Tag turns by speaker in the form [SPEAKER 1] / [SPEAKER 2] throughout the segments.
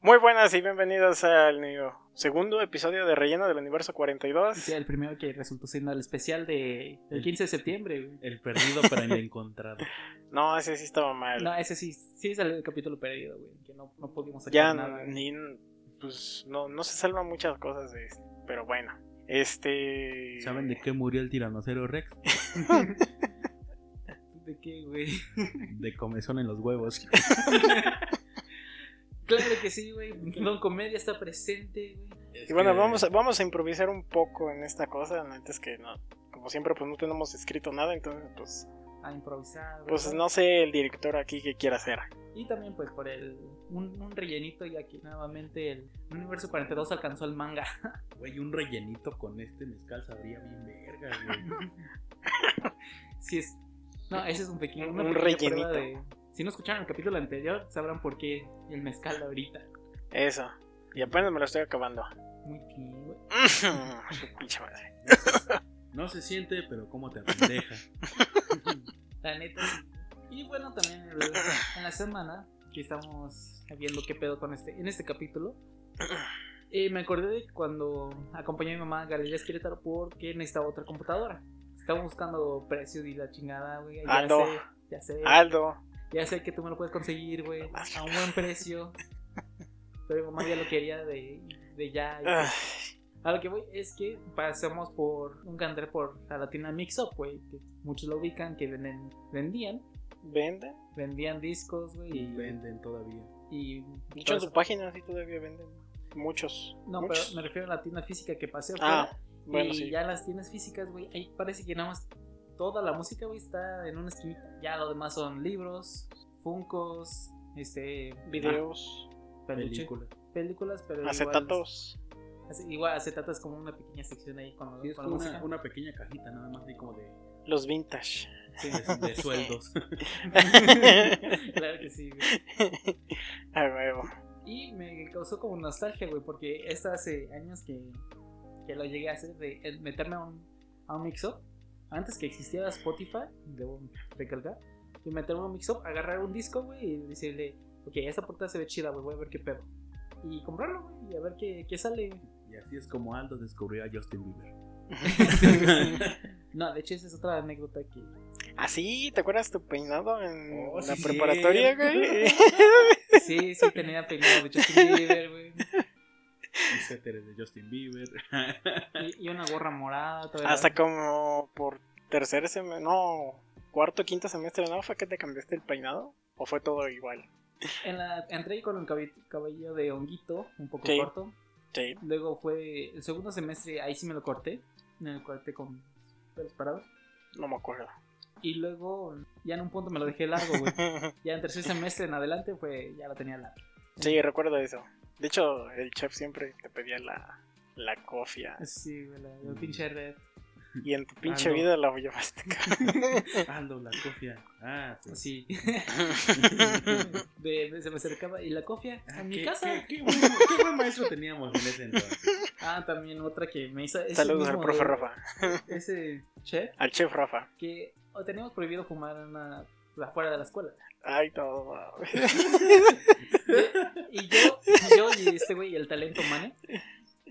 [SPEAKER 1] Muy buenas y bienvenidos al eh, segundo episodio de Relleno del Universo 42.
[SPEAKER 2] Sí, el primero que resultó siendo el especial de, del
[SPEAKER 3] El-
[SPEAKER 2] 15 de septiembre, güey.
[SPEAKER 3] El perdido para el encontrado.
[SPEAKER 1] No, ese sí estaba mal.
[SPEAKER 2] No, ese sí, sí es el capítulo perdido, güey. Que no, no pudimos sacar
[SPEAKER 1] ya
[SPEAKER 2] nada. güey.
[SPEAKER 1] ni pues no, no se salvan muchas cosas de este, pero bueno. Este
[SPEAKER 3] ¿Saben de qué murió el tiranocero Rex?
[SPEAKER 2] ¿De qué, güey?
[SPEAKER 3] De comezón en los huevos.
[SPEAKER 2] Claro que sí, güey. Don Comedia está presente, güey.
[SPEAKER 1] Y bueno, vamos a, vamos a improvisar un poco en esta cosa, antes que no como siempre pues no tenemos escrito nada, entonces pues
[SPEAKER 2] A improvisar. güey.
[SPEAKER 1] pues no sé el director aquí qué quiere hacer.
[SPEAKER 2] Y también, pues, por el. Un, un rellenito, ya que nuevamente el Universo 42 alcanzó el manga.
[SPEAKER 3] Güey, un rellenito con este mezcal sabría bien verga, güey.
[SPEAKER 2] Sí es. No, ese es un pequeño.
[SPEAKER 1] Un
[SPEAKER 2] pequeña prueba
[SPEAKER 1] rellenito.
[SPEAKER 2] de- Si no escucharon el capítulo anterior, sabrán por qué el mezcal ahorita.
[SPEAKER 1] Eso. Y apenas me lo estoy acabando.
[SPEAKER 2] Muy bien, güey.
[SPEAKER 1] Su pinche madre.
[SPEAKER 3] No se siente, pero cómo te pendeja.
[SPEAKER 2] La neta sí. Y bueno, también el- en la semana que estamos viendo qué pedo con este, en este capítulo. eh, me acordé de cuando acompañé a mi mamá a Galerías Querétaro porque necesitaba otra computadora. Estaba buscando precios y la chingada, güey. Ya
[SPEAKER 1] Aldo.
[SPEAKER 2] sé, ya sé.
[SPEAKER 1] Aldo.
[SPEAKER 2] Ya sé que tú me lo puedes conseguir, güey. A un buen precio. Pero mi mamá ya lo quería de, de ya. y pues,
[SPEAKER 1] Ah,
[SPEAKER 2] a lo que voy es que pasamos por un canter por la latina Mix Up, güey. Que muchos lo ubican, que venden, vendían.
[SPEAKER 1] ¿Venden?
[SPEAKER 2] Vendían discos, güey.
[SPEAKER 3] Y
[SPEAKER 2] Y,
[SPEAKER 3] venden todavía.
[SPEAKER 2] y- pues,
[SPEAKER 1] De hecho, en su página sí todavía venden. Muchos.
[SPEAKER 2] no, pero
[SPEAKER 1] muchos.
[SPEAKER 2] me refiero a la tienda física que pasé
[SPEAKER 1] Ah,
[SPEAKER 2] afuera.
[SPEAKER 1] bueno,
[SPEAKER 2] y
[SPEAKER 1] sí.
[SPEAKER 2] ya las tiendas físicas, güey. Ahí parece que nada más toda la música, güey, está en una esquinita. Ya lo demás son libros, funcos, este. ah,
[SPEAKER 1] Videos,
[SPEAKER 2] peluche,
[SPEAKER 3] Película.
[SPEAKER 2] películas, pero. igual-
[SPEAKER 1] acetatos.
[SPEAKER 2] Hace- Igual acetato es como una pequeña sección ahí con,
[SPEAKER 3] Sí, es
[SPEAKER 2] con
[SPEAKER 3] como
[SPEAKER 2] la
[SPEAKER 3] una,
[SPEAKER 2] música.
[SPEAKER 3] una pequeña cajita, nada más, así como de,
[SPEAKER 1] Los vintage.
[SPEAKER 2] Sí,
[SPEAKER 3] de- de sueldos.
[SPEAKER 2] claro que sí, güey.
[SPEAKER 1] A huevo.
[SPEAKER 2] Y me causó como nostalgia, güey, porque esta hace años que, que lo llegué a hacer, de el meterme a un, a un mix-up. Antes que existiera Spotify, debo recalcar, y meterme a un mix-up, agarrar un disco, güey, y decirle, ok, esta portada se ve chida, güey, voy a ver qué pedo. Y comprarlo, güey, y a ver qué, qué sale.
[SPEAKER 3] Y así es como Aldo descubrió a Justin Bieber.
[SPEAKER 2] No, de hecho, esa es otra anécdota que.
[SPEAKER 1] Así, ¿te acuerdas tu peinado en
[SPEAKER 3] Oh,
[SPEAKER 1] la
[SPEAKER 3] sí,
[SPEAKER 1] preparatoria, güey?
[SPEAKER 2] Sí, sí, tenía peinado de Justin Bieber, güey.
[SPEAKER 3] Etcétera de Justin Bieber.
[SPEAKER 2] Y, y una gorra morada,
[SPEAKER 3] Ah,
[SPEAKER 2] todavía.
[SPEAKER 1] Hasta como por tercer semestre, no, cuarto, quinto semestre, ¿no? ¿Fue que te cambiaste el peinado? ¿O fue todo igual?
[SPEAKER 2] En la, entré con un cabe- cabello de honguito, un poco
[SPEAKER 1] Sí.
[SPEAKER 2] corto.
[SPEAKER 1] Sí.
[SPEAKER 2] Luego fue el segundo semestre, ahí sí me lo corté. Me lo corté con pelos parados.
[SPEAKER 1] No me acuerdo.
[SPEAKER 2] Y luego, ya en un punto me lo dejé largo, güey. Ya en tercer semestre en adelante, fue ya lo tenía largo.
[SPEAKER 1] Sí, recuerdo eso. De hecho, el chef siempre te pedía la, la cofia.
[SPEAKER 2] Sí, güey, la, la
[SPEAKER 3] Mm.
[SPEAKER 2] pinche red.
[SPEAKER 1] Y en tu pinche
[SPEAKER 2] no.
[SPEAKER 1] vida la llevaste.
[SPEAKER 3] Aldo, la cofia. Ah, sí.
[SPEAKER 2] Sí. De- de- se me acercaba. ¿Y la cofia?
[SPEAKER 3] Ah,
[SPEAKER 2] En
[SPEAKER 3] qué-
[SPEAKER 2] mi casa.
[SPEAKER 3] Qué, qué buen, qué buen maestro teníamos en ese entonces.
[SPEAKER 2] Ah, también otra que me hizo. ese
[SPEAKER 1] Saludos al
[SPEAKER 2] mismo,
[SPEAKER 1] profe
[SPEAKER 2] güey,
[SPEAKER 1] Rafa.
[SPEAKER 2] Ese chef
[SPEAKER 1] Al chef Rafa.
[SPEAKER 2] que o teníamos prohibido fumar en una, afuera de la escuela.
[SPEAKER 1] Ay, todo.
[SPEAKER 2] Y yo, yo y este güey, y el talento mane,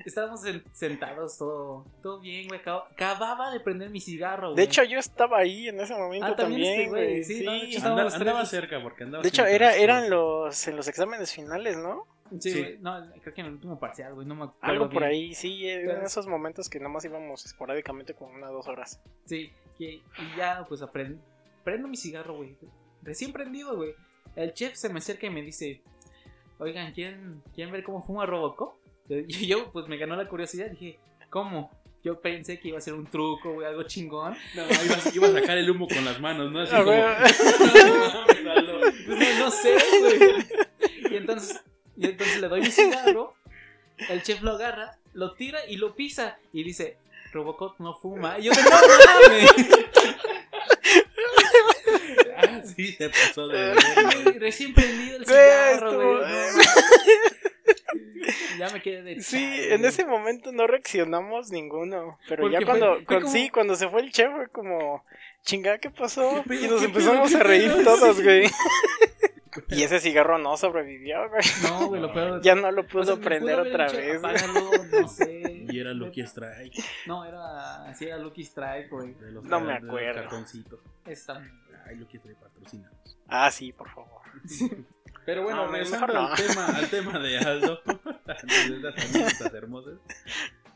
[SPEAKER 2] estábamos sen- sentados todo, todo bien, güey. acab- Acababa de prender mi cigarro, güey.
[SPEAKER 1] De hecho, yo estaba ahí en ese momento
[SPEAKER 2] Ah, también este
[SPEAKER 1] también,
[SPEAKER 2] güey,
[SPEAKER 1] güey.
[SPEAKER 2] sí,
[SPEAKER 1] Sí,
[SPEAKER 2] no, de hecho,
[SPEAKER 1] Anda-
[SPEAKER 3] Anda-
[SPEAKER 2] los tres.
[SPEAKER 3] andaba cerca porque andaba
[SPEAKER 1] De hecho,
[SPEAKER 3] cerca
[SPEAKER 1] era,
[SPEAKER 3] las
[SPEAKER 1] eran
[SPEAKER 3] cosas.
[SPEAKER 1] los, en los exámenes finales, ¿no?
[SPEAKER 2] Sí,
[SPEAKER 3] sí.
[SPEAKER 2] güey, no, creo que en el último parcial, güey, no me acuerdo.
[SPEAKER 1] Algo por
[SPEAKER 2] bien.
[SPEAKER 1] ahí, sí, eran
[SPEAKER 2] Pero-
[SPEAKER 1] esos momentos que nomás íbamos esporádicamente con una o dos horas.
[SPEAKER 2] Sí, que, y ya, pues aprendo, prendo mi cigarro, güey. Recién prendido, güey. El chef se me acerca y me dice, oigan, ¿quieren, ¿quieren ver cómo fuma Robocop? Yo, yo, pues me ganó la curiosidad, dije, ¿cómo? Yo pensé que iba a ser un truco, güey, algo chingón.
[SPEAKER 3] No, ibas, ibas a sacar el humo con las manos, ¿no? Así
[SPEAKER 1] Ah,
[SPEAKER 3] como.
[SPEAKER 1] güey.
[SPEAKER 3] No, mames, Aldo.
[SPEAKER 2] Pues, no, no sé, güey. Y entonces, y entonces le doy mi cigarro. El chef lo agarra, lo tira y lo pisa. Y dice, Robocop no fuma. Y yo de no mames.
[SPEAKER 3] Ah, sí, se pasó de. verga.
[SPEAKER 2] Güey, Recién prendido el
[SPEAKER 1] Güey,
[SPEAKER 2] cigarro,
[SPEAKER 1] estuvo-
[SPEAKER 2] güey. No mames. Ya me quedé de.
[SPEAKER 1] Sí,
[SPEAKER 2] "Chale,
[SPEAKER 1] en
[SPEAKER 2] güey".
[SPEAKER 1] ese momento no reaccionamos ninguno. Pero
[SPEAKER 2] Porque
[SPEAKER 1] ya
[SPEAKER 2] fue-
[SPEAKER 1] cuando,
[SPEAKER 2] fue
[SPEAKER 1] cuan-
[SPEAKER 2] como-
[SPEAKER 1] sí, cuando se fue el chef fue como, chingada, ¿qué pasó?
[SPEAKER 3] ¿Qué pedo,
[SPEAKER 1] y nos
[SPEAKER 3] qué
[SPEAKER 1] empezamos
[SPEAKER 3] pedo,
[SPEAKER 1] a
[SPEAKER 3] qué
[SPEAKER 1] reír
[SPEAKER 3] pedo?
[SPEAKER 1] todos,
[SPEAKER 3] Sí.
[SPEAKER 1] güey. Y ese cigarro no sobrevivió, güey.
[SPEAKER 2] No, güey, lo peor.
[SPEAKER 1] Ya no lo
[SPEAKER 2] o sea,
[SPEAKER 1] pudo
[SPEAKER 2] me
[SPEAKER 1] prender
[SPEAKER 2] pudo haber
[SPEAKER 1] otra
[SPEAKER 2] dicho,
[SPEAKER 1] vez.
[SPEAKER 2] "Apágalo", no sé.
[SPEAKER 3] Y era Lucky Strike.
[SPEAKER 2] No, era. Sí, era Lucky Strike, güey.
[SPEAKER 3] de los-
[SPEAKER 1] No me
[SPEAKER 3] de los
[SPEAKER 1] acuerdo.
[SPEAKER 3] cartoncitos.
[SPEAKER 2] Está.
[SPEAKER 3] Ay, Lucky Strike patrocina.
[SPEAKER 1] Ah, sí, por favor.
[SPEAKER 3] Pero bueno,
[SPEAKER 1] No,
[SPEAKER 3] regresando
[SPEAKER 1] mejor no.
[SPEAKER 3] al, tema, al tema de Aldo, de esas anécdotas hermosas.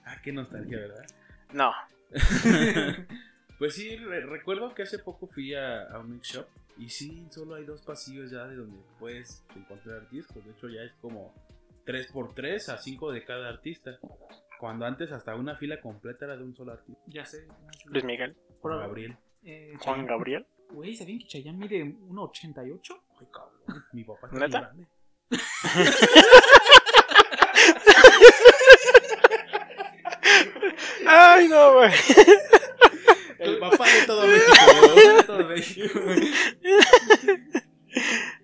[SPEAKER 3] Ah, qué nostalgia, ¿verdad?
[SPEAKER 1] No.
[SPEAKER 3] pues sí, re- recuerdo que hace poco fui a, a un mix shop y sí, solo hay dos pasillos ya de donde puedes encontrar discos. De hecho, ya es como 3x3 a 5 de cada artista. Cuando antes hasta una fila completa era de un solo artista.
[SPEAKER 2] Ya sé.
[SPEAKER 1] Luis Miguel,
[SPEAKER 2] Por-
[SPEAKER 3] Gabriel.
[SPEAKER 2] eh,
[SPEAKER 1] Juan
[SPEAKER 2] Chayanne.
[SPEAKER 1] Gabriel.
[SPEAKER 2] Güey, ¿sabían que Chayanne mide 1,88?
[SPEAKER 3] Ay, cabrón. Mi papá está
[SPEAKER 1] ¿Neta?
[SPEAKER 3] llorando.
[SPEAKER 1] Ay, no, güey.
[SPEAKER 3] El papá de todo México.
[SPEAKER 2] De todo México, güey.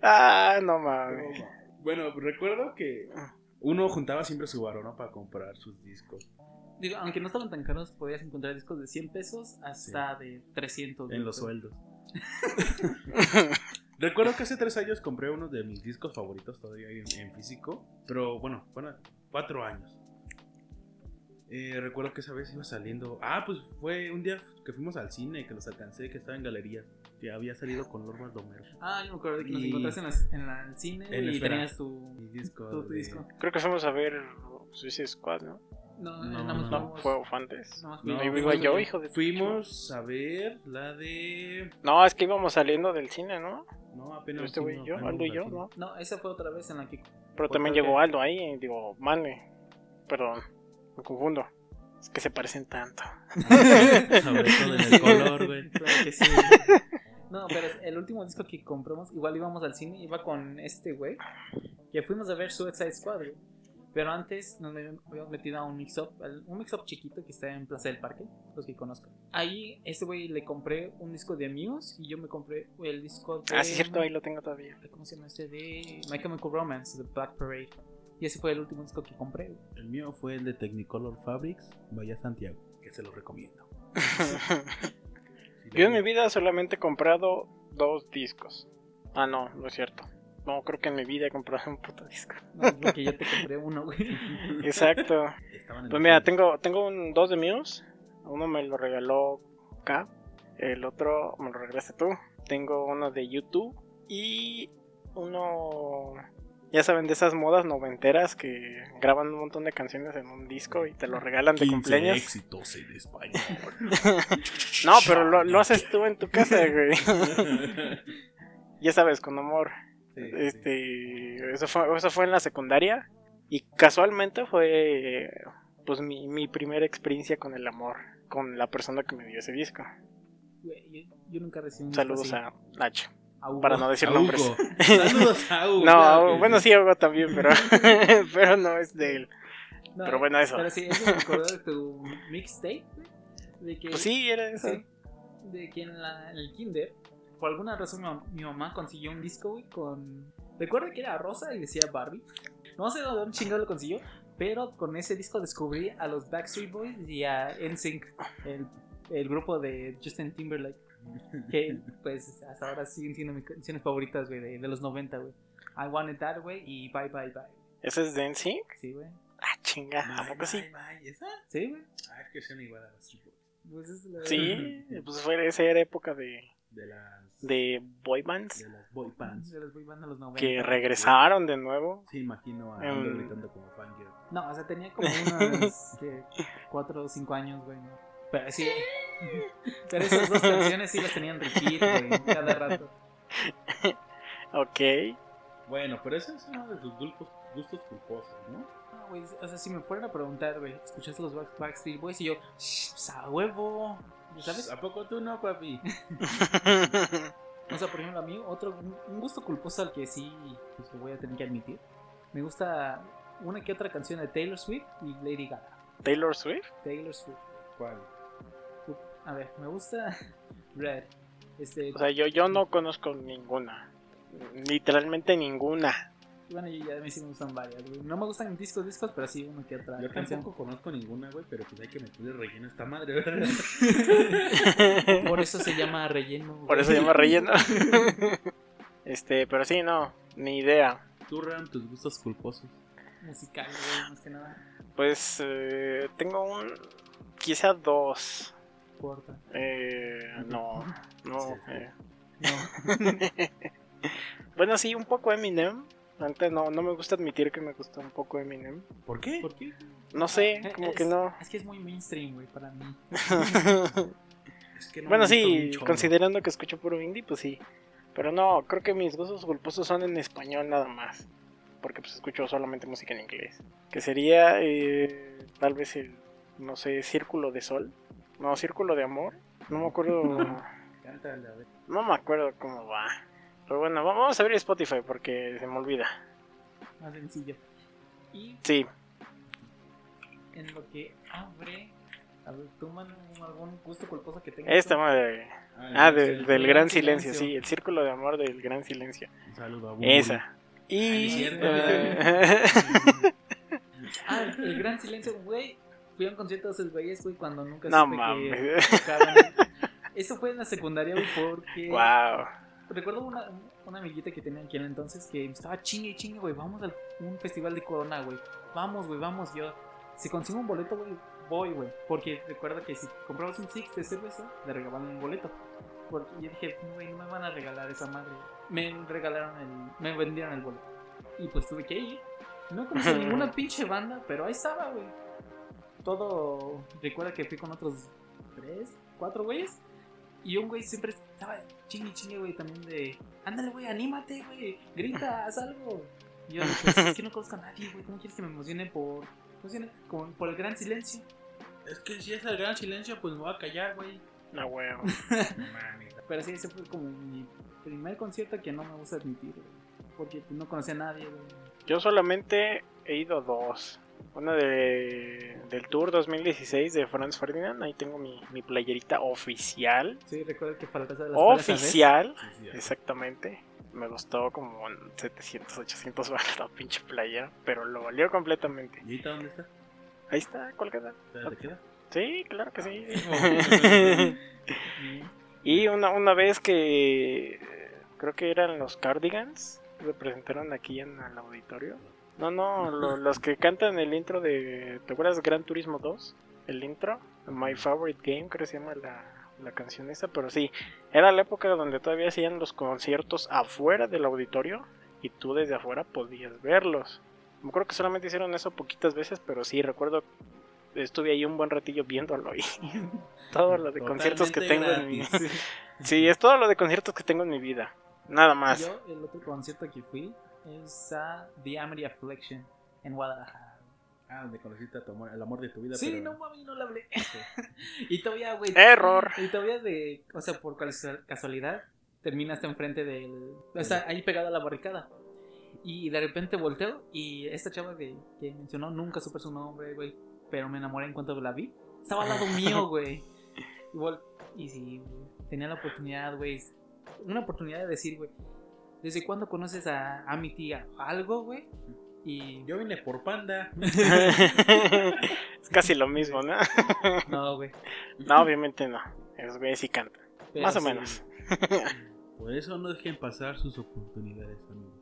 [SPEAKER 1] Ah, no mames.
[SPEAKER 3] Bueno, recuerdo que uno juntaba siempre su varón Para comprar sus discos.
[SPEAKER 2] Digo, aunque no estaban tan caros, podías encontrar discos de 100 pesos hasta de 300.
[SPEAKER 3] En
[SPEAKER 2] güey,
[SPEAKER 3] los
[SPEAKER 2] pero-
[SPEAKER 3] sueldos. Recuerdo que hace tres años compré uno de mis discos favoritos todavía en, en físico, pero bueno, bueno, cuatro años. Eh, recuerdo que esa vez iba saliendo. Ah, pues fue un día que fuimos al cine, que los alcancé, que estaba en galerías, que había salido con Lord Baldomero.
[SPEAKER 2] Ah, yo me acuerdo de que nos
[SPEAKER 3] Y-
[SPEAKER 2] encontraste en, las- en la- el cine
[SPEAKER 3] En la
[SPEAKER 2] y
[SPEAKER 3] esfera.
[SPEAKER 2] tenías tu,
[SPEAKER 3] Mi disco.
[SPEAKER 2] tu, tu
[SPEAKER 3] de-
[SPEAKER 2] disco.
[SPEAKER 1] Creo que fuimos a ver Suicide Squad, ¿no?
[SPEAKER 2] No, eh,
[SPEAKER 3] No,
[SPEAKER 2] nada más
[SPEAKER 3] no,
[SPEAKER 1] No,
[SPEAKER 2] fuimos-
[SPEAKER 1] fue, fue antes.
[SPEAKER 2] nada más
[SPEAKER 3] No,
[SPEAKER 2] fuimos-
[SPEAKER 1] Ahí iba
[SPEAKER 2] fuimos
[SPEAKER 1] yo,
[SPEAKER 2] de-
[SPEAKER 1] hijo de.
[SPEAKER 3] Fuimos a ver la de.
[SPEAKER 1] No, es que íbamos saliendo del cine, ¿no?
[SPEAKER 3] No, apenas.
[SPEAKER 1] este güey y
[SPEAKER 3] fuimos-
[SPEAKER 1] yo,
[SPEAKER 3] fuimos
[SPEAKER 1] Aldo y
[SPEAKER 3] al
[SPEAKER 1] yo,
[SPEAKER 3] cine.
[SPEAKER 1] ¿no?
[SPEAKER 2] No, esa fue otra vez en la que.
[SPEAKER 1] Pero
[SPEAKER 2] Pues
[SPEAKER 1] también
[SPEAKER 2] creo
[SPEAKER 1] llegó
[SPEAKER 2] que-
[SPEAKER 1] Aldo ahí y digo, mane. Perdón, me confundo. Es que se parecen tanto.
[SPEAKER 3] Sobre todo en el color, güey.
[SPEAKER 2] Claro que sí. No, pero el último disco que compramos, igual íbamos al cine, iba con este güey, que fuimos a ver Suicide Squad, güey. Pero antes nos me- habíamos metido a un mix-up, al- un mix-up chiquito que está en Plaza del Parque, los que conozco. Ahí, este güey le compré un disco de Muse y yo me compré el disco de...
[SPEAKER 1] Ah, sí, es cierto, ahí lo tengo todavía.
[SPEAKER 2] ¿Cómo se llama este? De My Chemical Romance, The Black Parade. Y ese fue el último disco que compré, güey.
[SPEAKER 3] El mío fue el de Technicolor Fabrics, Vaya Santiago, que se lo recomiendo. Si lo
[SPEAKER 1] Yo en mi
[SPEAKER 3] ven-
[SPEAKER 1] vida solamente he comprado dos discos. Ah, no, no es cierto. No, creo que en mi vida he comprado un puto disco.
[SPEAKER 2] No, porque yo te compré uno, güey.
[SPEAKER 1] Exacto.
[SPEAKER 3] Estaban en
[SPEAKER 1] Pues
[SPEAKER 3] el
[SPEAKER 1] mira,
[SPEAKER 3] cine.
[SPEAKER 1] tengo, tengo un, dos de míos. Uno me lo regaló K. El otro me lo regalaste tú. Tengo uno de YouTube. Y uno. Ya saben, de esas modas noventeras que graban un montón de canciones en un disco y te lo regalan de
[SPEAKER 3] 15
[SPEAKER 1] cumpleaños.
[SPEAKER 3] éxitos en español.
[SPEAKER 1] No, pero lo, lo haces tú en tu casa, güey. ya sabes, con amor. Este, eso fue, eso fue en la secundaria y casualmente fue pues mi, mi primera experiencia con el amor, con la persona que me dio ese disco.
[SPEAKER 2] Güey, yo, yo nunca recibí un disco
[SPEAKER 1] Saludos
[SPEAKER 2] así.
[SPEAKER 1] a Nacho,
[SPEAKER 2] A Hugo.
[SPEAKER 1] para no decir
[SPEAKER 3] A
[SPEAKER 1] nombres.
[SPEAKER 3] Hugo. Saludos a Hugo.
[SPEAKER 1] No,
[SPEAKER 3] claro que
[SPEAKER 1] bueno,
[SPEAKER 3] sí.
[SPEAKER 1] sí, Hugo también, pero, pero no es de él.
[SPEAKER 2] No,
[SPEAKER 1] Pero bueno, eso.
[SPEAKER 2] Pero sí, eso me acuerdo de tu mixtape, güey, de que,
[SPEAKER 1] Pues sí, era eso.
[SPEAKER 2] sí, de que en, la- en el kinder, por alguna razón mi, mam- mi mamá consiguió un disco, güey, con... Recuerdo que era rosa y decía Barbie. No sé dónde un chingado lo consiguió, pero con ese disco descubrí a los Backstreet Boys y a NSYNC, el, el grupo de Justin Timberlake, que pues hasta ahora siguen siendo mis canciones favoritas, güey, de, de los 90, güey. I Want It That Way y Bye Bye Bye.
[SPEAKER 1] ¿Ese es de NSYNC?
[SPEAKER 2] Sí, güey.
[SPEAKER 1] Ah, chinga, ¿a
[SPEAKER 3] Ay,
[SPEAKER 1] poco sí?
[SPEAKER 3] ay, ay, ¿esa?
[SPEAKER 2] Sí, güey.
[SPEAKER 3] Ah, es que son igual a las chicas.
[SPEAKER 2] Pues es la-
[SPEAKER 1] Sí, pues fue esa era época de,
[SPEAKER 3] De las.
[SPEAKER 1] de boy bands
[SPEAKER 3] de las boy bands.
[SPEAKER 2] Se los voy mandando a los 90.
[SPEAKER 1] que regresaron de nuevo.
[SPEAKER 3] Sí, imagino a
[SPEAKER 1] Em.
[SPEAKER 3] Aldo gritando como fangirl.
[SPEAKER 2] No, o sea, tenía como unos 4 o 5 años, güey. Pero sí. Pero esas dos canciones sí las tenían repeat, güey, cada rato.
[SPEAKER 1] Ok,
[SPEAKER 3] Bueno, pero ese es uno de tus gulpos- gustos culposos, ¿no?
[SPEAKER 2] No, güey, o sea, si me fueran a preguntar, güey, ¿escuchaste los Back- Backstreet Boys? Y yo, "Shh, pues, a huevo. ¿Sabes?
[SPEAKER 3] ¿A poco tú no, papi?
[SPEAKER 2] O sea, por ejemplo, a mí otro, un- un gusto culposo al que sí pues, lo voy a tener que admitir. Me gusta una que otra canción de Taylor Swift y Lady Gaga.
[SPEAKER 1] Taylor Swift.
[SPEAKER 2] Taylor Swift.
[SPEAKER 3] ¿Cuál?
[SPEAKER 2] A ver, me gusta Red. Este,
[SPEAKER 1] O sea, yo, yo no conozco ninguna. Literalmente ninguna.
[SPEAKER 2] bueno, yo ya a mí sí me gustan varias, güey. No me gustan discos, discos, pero sí uno que otra
[SPEAKER 3] Yo
[SPEAKER 2] canción.
[SPEAKER 3] tampoco conozco ninguna, güey, pero pues hay que meterle relleno a esta madre, ¿verdad?
[SPEAKER 1] Por
[SPEAKER 2] Por eso se llama relleno. güey.
[SPEAKER 1] eso se llama relleno. Este, pero sí, no. Ni idea.
[SPEAKER 3] Tú, Ram, tus gustos culposos.
[SPEAKER 2] Musical, güey, más que nada.
[SPEAKER 1] Pues eh, tengo un. Quizá dos.
[SPEAKER 2] Corta.
[SPEAKER 1] Eh, no, no.
[SPEAKER 3] Sí.
[SPEAKER 1] eh.
[SPEAKER 2] No.
[SPEAKER 1] bueno, sí, un poco Eminem. Antes no, no me gusta admitir que me gusta un poco Eminem.
[SPEAKER 3] ¿Por qué?
[SPEAKER 2] ¿Por qué?
[SPEAKER 1] No sé, como que no.
[SPEAKER 2] Eh, Es que es muy mainstream, güey, para mí.
[SPEAKER 3] Es que no
[SPEAKER 1] bueno,
[SPEAKER 3] me gusta un
[SPEAKER 1] sí,
[SPEAKER 3] chorro.
[SPEAKER 1] considerando que escucho puro indie, pues sí. Pero no, creo que mis gustos culposos son en español nada más. Porque pues escucho solamente música en inglés. Que sería eh, tal vez el, no sé, Círculo de Sol. No, Círculo de Amor. No me acuerdo.
[SPEAKER 3] Cántale, a ver.
[SPEAKER 1] No me acuerdo cómo va. Pero bueno, va- vamos a abrir Spotify porque se me olvida.
[SPEAKER 2] Más sencillo. Y
[SPEAKER 1] Sí,
[SPEAKER 2] en lo que abre. A ver, tú, Manu, algún gusto culposo que tengas.
[SPEAKER 1] esta
[SPEAKER 2] tú?
[SPEAKER 1] madre.
[SPEAKER 3] Ah,
[SPEAKER 1] Ah,
[SPEAKER 3] ya
[SPEAKER 1] de-
[SPEAKER 3] sé.
[SPEAKER 1] del gran silencio, sí, el círculo de amor del gran silencio.
[SPEAKER 3] Un saludo a Bumble.
[SPEAKER 1] Esa. Y.
[SPEAKER 2] Ay,
[SPEAKER 3] no
[SPEAKER 1] eh,
[SPEAKER 2] Ah, el, el gran silencio, güey. Fui a un concierto de esos güeyes, güey, cuando nunca
[SPEAKER 1] No
[SPEAKER 2] supe que
[SPEAKER 1] mames.
[SPEAKER 2] tocaban. Eso fue en la secundaria, güey, porque.
[SPEAKER 1] wow.
[SPEAKER 2] Recuerdo una, una amiguita que tenía aquí en el entonces que estaba chingue y chingue, güey. Vamos a un festival de Corona, güey. Vamos, güey, vamos. Yo, si consigo un boleto, güey, voy, güey. Porque recuerda que si comprabas un Six de cerveza, le regalaban un boleto. Porque yo dije, güey, no me van a regalar esa madre. Me regalaron el. Me vendieron el boleto. Y pues tuve que ir. No conocí ninguna pinche banda, pero ahí estaba, güey. Todo. Recuerda que fui con otros tres, cuatro güeyes. Y un güey siempre estaba chingue, chingue, güey, también de. Ándale, güey, anímate, güey. Grita, haz algo. Y yo pues, es que no conozco a nadie, güey. ¿Cómo quieres que me emocione por. no sé, como por el gran silencio?
[SPEAKER 3] Es que si es el gran silencio, pues me voy a callar, güey.
[SPEAKER 1] No, huevo.
[SPEAKER 3] No mames.
[SPEAKER 2] Pero sí, ese fue como mi primer concierto que no me gusta admitir, güey. Porque pues, no conocía a nadie, güey.
[SPEAKER 1] Yo solamente he ido a dos. Una de, del Tour 2016 de Franz Ferdinand. Ahí tengo mi, mi playerita oficial.
[SPEAKER 2] Sí, recuerdo que faltas de las
[SPEAKER 1] Oficial.
[SPEAKER 3] Sí, sí, ya.
[SPEAKER 1] Exactamente. Me costó como en 700, 800 baros la pinche playera. Pero lo valió completamente.
[SPEAKER 3] ¿Y ahorita dónde está?
[SPEAKER 1] Ahí está, colgada.
[SPEAKER 3] ¿Te, te queda?
[SPEAKER 1] Sí, claro que sí.
[SPEAKER 2] Oficial.
[SPEAKER 1] y una, una vez que eh, creo que eran los Cardigans, se presentaron aquí en el auditorio. No, no, lo- los que cantan el intro de. ¿Te acuerdas Gran Turismo 2? El intro, My Favorite Game, creo que se llama la, la canción esa, pero sí, era la época donde todavía hacían los conciertos afuera del auditorio y tú desde afuera podías verlos. Me acuerdo que solamente hicieron eso poquitas veces, pero sí, recuerdo estuve ahí un buen ratillo viéndolo y todo lo de conciertos que tengo en mi
[SPEAKER 3] Totalmente
[SPEAKER 1] Sí, es todo lo de conciertos que tengo en mi vida. Nada más.
[SPEAKER 2] Yo, el otro concierto que fui es a The Amity Affliction en Guadalajara.
[SPEAKER 3] Ah, donde conociste a tu amor, el amor de tu vida.
[SPEAKER 2] Sí,
[SPEAKER 3] pero-
[SPEAKER 2] no mami, no la hablé. y todavía, güey.
[SPEAKER 1] Error.
[SPEAKER 2] Y todavía de. O sea, por cual- casualidad, terminaste enfrente del. O sea, ahí pegado a la barricada. Y de repente volteo y esta chava de, que mencionó, nunca supe su nombre, güey. Pero me enamoré en cuanto la vi. Estaba al lado mío, güey. Y, vol- y sí, güey, tenía la oportunidad, güey. Una oportunidad de decir, güey. ¿Desde cuándo conoces a, a mi tía? ¿Algo, güey? Y
[SPEAKER 3] Yo vine por panda.
[SPEAKER 1] es casi lo mismo, ¿no?
[SPEAKER 2] no, güey.
[SPEAKER 1] No, obviamente no. Es güey sí canta.
[SPEAKER 2] Pero
[SPEAKER 1] Más o
[SPEAKER 2] sí,
[SPEAKER 1] menos.
[SPEAKER 3] Por eso no dejen pasar sus oportunidades, amigo.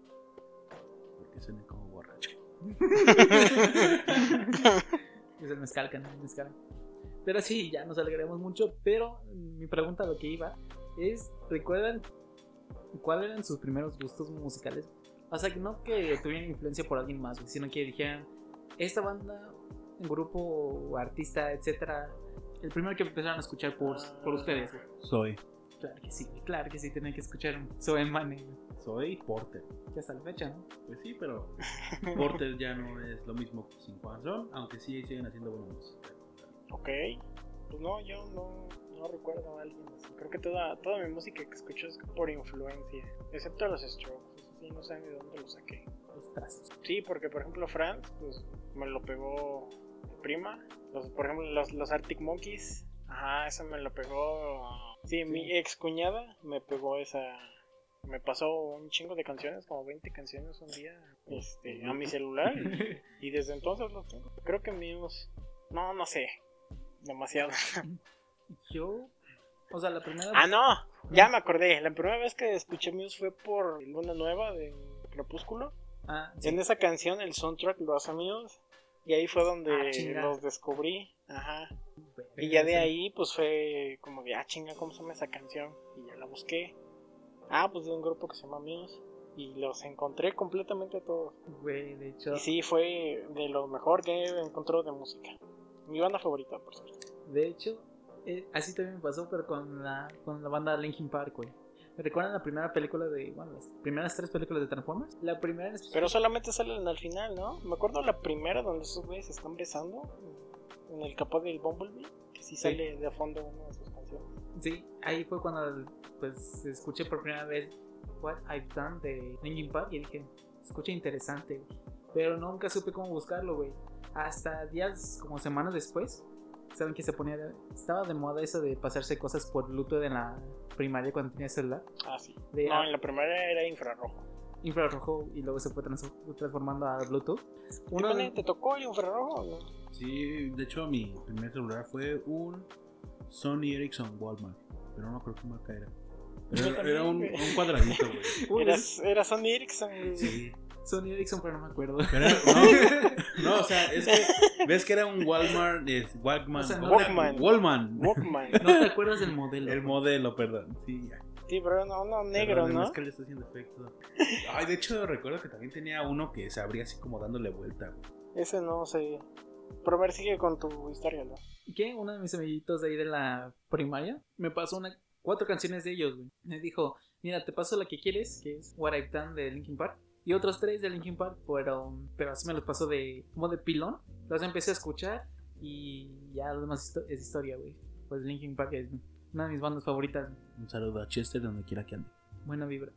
[SPEAKER 3] Porque suena como borracho.
[SPEAKER 2] Es el mezcal, carnal, el mezcal. Pero sí, ya nos alegraremos mucho. Pero mi pregunta a lo que iba es: ¿recuerdan cuáles eran sus primeros gustos musicales? O sea, que no que tuvieran influencia por alguien más, güey, sino que dijeran: Esta banda, grupo, artista, etcétera. El primero que empezaron a escuchar por, por ustedes, güey.
[SPEAKER 3] Soy.
[SPEAKER 2] Claro que sí, claro que sí, tenían que escuchar un Zoe Mane, güey,
[SPEAKER 3] Soy Porter.
[SPEAKER 2] que hasta la fecha, ¿no?
[SPEAKER 3] Pues sí, pero Porter ya no es lo mismo que sin Juanzón, aunque sí siguen haciendo buena música.
[SPEAKER 1] Ok. Pues no, yo no, no recuerdo a alguien así. Creo que toda, toda mi música que escucho es por influencia. Excepto los Strokes. Eso sí, no sé ni de dónde lo saqué.
[SPEAKER 2] Los trazos.
[SPEAKER 1] Sí, porque por ejemplo Franz, pues me lo pegó mi prima. Los, por ejemplo, los, los Arctic Monkeys. Ajá, esa me lo pegó. Sí, mi ex cuñada me pegó esa. Me pasó un chingo de canciones, como 20 canciones un día, este, a mi celular. Y desde entonces lo tengo. Creo que míos. No, no sé. Demasiado.
[SPEAKER 2] Yo, o sea, la primera.
[SPEAKER 1] Ah, no. Ya me acordé. La primera vez que escuché Muse fue por Luna Nueva de Crepúsculo.
[SPEAKER 2] Ah, sí.
[SPEAKER 1] En esa canción el soundtrack lo hace amigos. Y ahí fue donde
[SPEAKER 2] Ah, chinga.
[SPEAKER 1] los descubrí. Ajá. Y ya de ahí, pues fue como de, ah, chinga, ¿cómo se llama esa canción? Y ya la busqué. Ah, pues de un grupo que se llama Muse. Y los encontré completamente a todos.
[SPEAKER 2] Güey, de hecho,
[SPEAKER 1] Y sí, fue de lo mejor que encontró de música. Mi banda favorita, por cierto.
[SPEAKER 2] de hecho eh, así también me pasó, pero con la, con la banda Linkin Park, güey. ¿Me recuerdan la primera película de. Bueno, las primeras tres películas de Transformers? La primera en específico-
[SPEAKER 1] Pero solamente salen al final, ¿no? Me acuerdo la primera donde esos güeyes se están besando. En el capó del Bumblebee. Que sí, sale de fondo una de sus canciones.
[SPEAKER 2] Sí, ahí fue cuando pues escuché por primera vez What I've Done de Linkin Park y dije, escucha interesante, güey". pero nunca supe cómo buscarlo, güey. Hasta días como semanas después, saben que se ponía, de- estaba de moda eso de pasarse cosas por luto de la primaria cuando tenía celular,
[SPEAKER 1] Ah, sí.
[SPEAKER 2] de
[SPEAKER 1] No,
[SPEAKER 2] ah,
[SPEAKER 1] en la primera era infrarrojo.
[SPEAKER 2] infrarrojo y luego se fue trans- transformando a Bluetooth. Uno
[SPEAKER 1] Iván, ¿Te tocó el infrarrojo? o no?
[SPEAKER 3] Sí, de hecho mi primer celular fue un Sony Ericsson Walmart, pero no me acuerdo qué marca era. Pero
[SPEAKER 1] Yo
[SPEAKER 3] era-
[SPEAKER 1] también,
[SPEAKER 3] era un,
[SPEAKER 1] güey.
[SPEAKER 3] un cuadradito, güey.
[SPEAKER 2] Uy,
[SPEAKER 1] Era,
[SPEAKER 2] es
[SPEAKER 1] era Sony Ericsson. güey.
[SPEAKER 3] Sí.
[SPEAKER 2] Sony Ericsson, pero no me acuerdo.
[SPEAKER 3] Pero era- no, no, o sea, es que ves que era un Walmart, es Walkman,
[SPEAKER 2] O sea, no-
[SPEAKER 1] Walkman.
[SPEAKER 3] Walman.
[SPEAKER 1] Walkman.
[SPEAKER 2] No te acuerdas del modelo.
[SPEAKER 3] El modelo, perdón. Sí, ya.
[SPEAKER 1] Sí, pero no, no, negro,
[SPEAKER 3] Perdón,
[SPEAKER 1] ¿no?
[SPEAKER 3] Es que le está haciendo efecto. Ay, de hecho recuerdo que también tenía uno que se abría así como dándole vuelta, güey.
[SPEAKER 1] Ese no sé. Pero a ver, sigue con tu historia, ¿no?
[SPEAKER 2] que uno de mis amiguitos de ahí de la primaria me pasó una, cuatro canciones de ellos, güey. Me dijo, mira, te paso la que quieres, que es What I've Done de Linkin Park. Y otros tres de Linkin Park, pero, pero así me los pasó de, como de pilón. Los empecé a escuchar y ya lo demás histo- es historia, güey. Pues Linkin Park es una de mis bandas favoritas. güey.
[SPEAKER 3] Un saludo a Chester donde quiera que ande.
[SPEAKER 2] Buena vibra.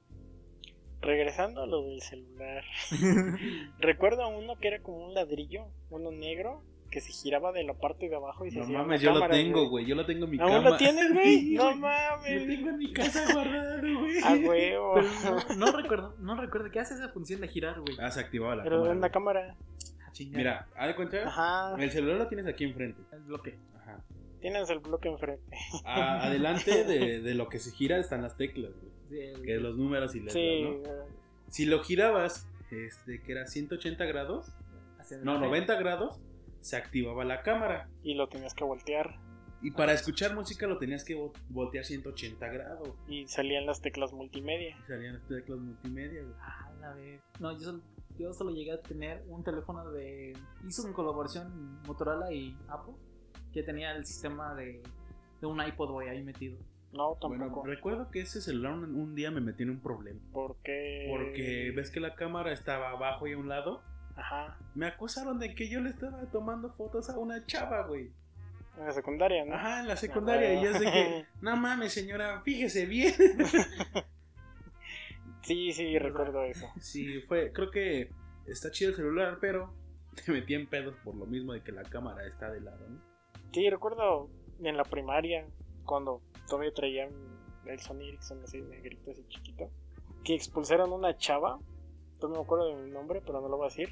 [SPEAKER 1] Regresando a lo del celular. Recuerdo uno que era como un ladrillo, uno negro, que se giraba de la parte de abajo y se
[SPEAKER 3] No
[SPEAKER 1] hacía
[SPEAKER 3] mames,
[SPEAKER 1] una
[SPEAKER 3] yo lo
[SPEAKER 1] cámara,
[SPEAKER 3] tengo, güey. Yo lo tengo en mi
[SPEAKER 1] ¿Aún
[SPEAKER 3] cama.
[SPEAKER 1] lo tienes, güey?
[SPEAKER 3] Sí,
[SPEAKER 1] No
[SPEAKER 3] güey. Lo
[SPEAKER 1] mames.
[SPEAKER 3] tengo en mi casa guardado, güey.
[SPEAKER 1] A huevo.
[SPEAKER 2] Pero no, no recuerdo, no recuerdo qué hace esa función de girar, güey.
[SPEAKER 3] Ah, se activaba la
[SPEAKER 1] Pero
[SPEAKER 3] cámara.
[SPEAKER 1] en una
[SPEAKER 3] güey.
[SPEAKER 1] cámara.
[SPEAKER 2] Ah, chingada.
[SPEAKER 3] Mira, haz de cuenta,
[SPEAKER 1] Ajá.
[SPEAKER 3] el celular lo tienes aquí enfrente.
[SPEAKER 2] El bloque.
[SPEAKER 3] Ajá.
[SPEAKER 1] Tienes el bloque enfrente.
[SPEAKER 3] A- adelante de, de lo que se gira están las teclas, güey.
[SPEAKER 2] Sí, el-
[SPEAKER 3] Que los números y letras,
[SPEAKER 1] Sí.
[SPEAKER 3] ¿no?
[SPEAKER 1] eh,
[SPEAKER 3] Si lo girabas, este, que era 180 grados,
[SPEAKER 2] hacia
[SPEAKER 3] no,
[SPEAKER 2] adelante.
[SPEAKER 3] 90 grados, se activaba la cámara.
[SPEAKER 1] Y lo tenías que voltear.
[SPEAKER 3] Y
[SPEAKER 1] Ah.
[SPEAKER 3] para escuchar música lo tenías que vo- voltear 180 grados.
[SPEAKER 1] Y salían las teclas multimedia.
[SPEAKER 3] Y salían las teclas multimedia, güey.
[SPEAKER 2] Ah, la vez. No, yo solo, yo solo llegué a tener un teléfono de. Hizo en colaboración Motorola y Apple, que tenía el sistema de, de un iPod, güey, ahí metido.
[SPEAKER 1] No,
[SPEAKER 3] Bueno,
[SPEAKER 1] tampoco.
[SPEAKER 3] recuerdo que ese celular un, un día me metí en un problema.
[SPEAKER 1] Porque.
[SPEAKER 3] Porque ves que la cámara estaba abajo y a un lado.
[SPEAKER 1] Ajá.
[SPEAKER 3] Me acusaron de que yo le estaba tomando fotos a una chava, güey.
[SPEAKER 1] En la secundaria, ¿no? Ah,
[SPEAKER 3] Ajá, en la secundaria. Y yo sé que, no mames, señora, fíjese bien.
[SPEAKER 1] Sí, sí, recuerdo eso.
[SPEAKER 3] Sí, fue, creo que está chido el celular, pero te metí en pedos por lo mismo de que la cámara está de lado, ¿no?
[SPEAKER 1] Sí, recuerdo en la primaria, cuando todavía traían el Sony Ericsson así negrito, así chiquito, que expulsaron una chava. No me acuerdo de mi nombre, pero no lo voy a decir.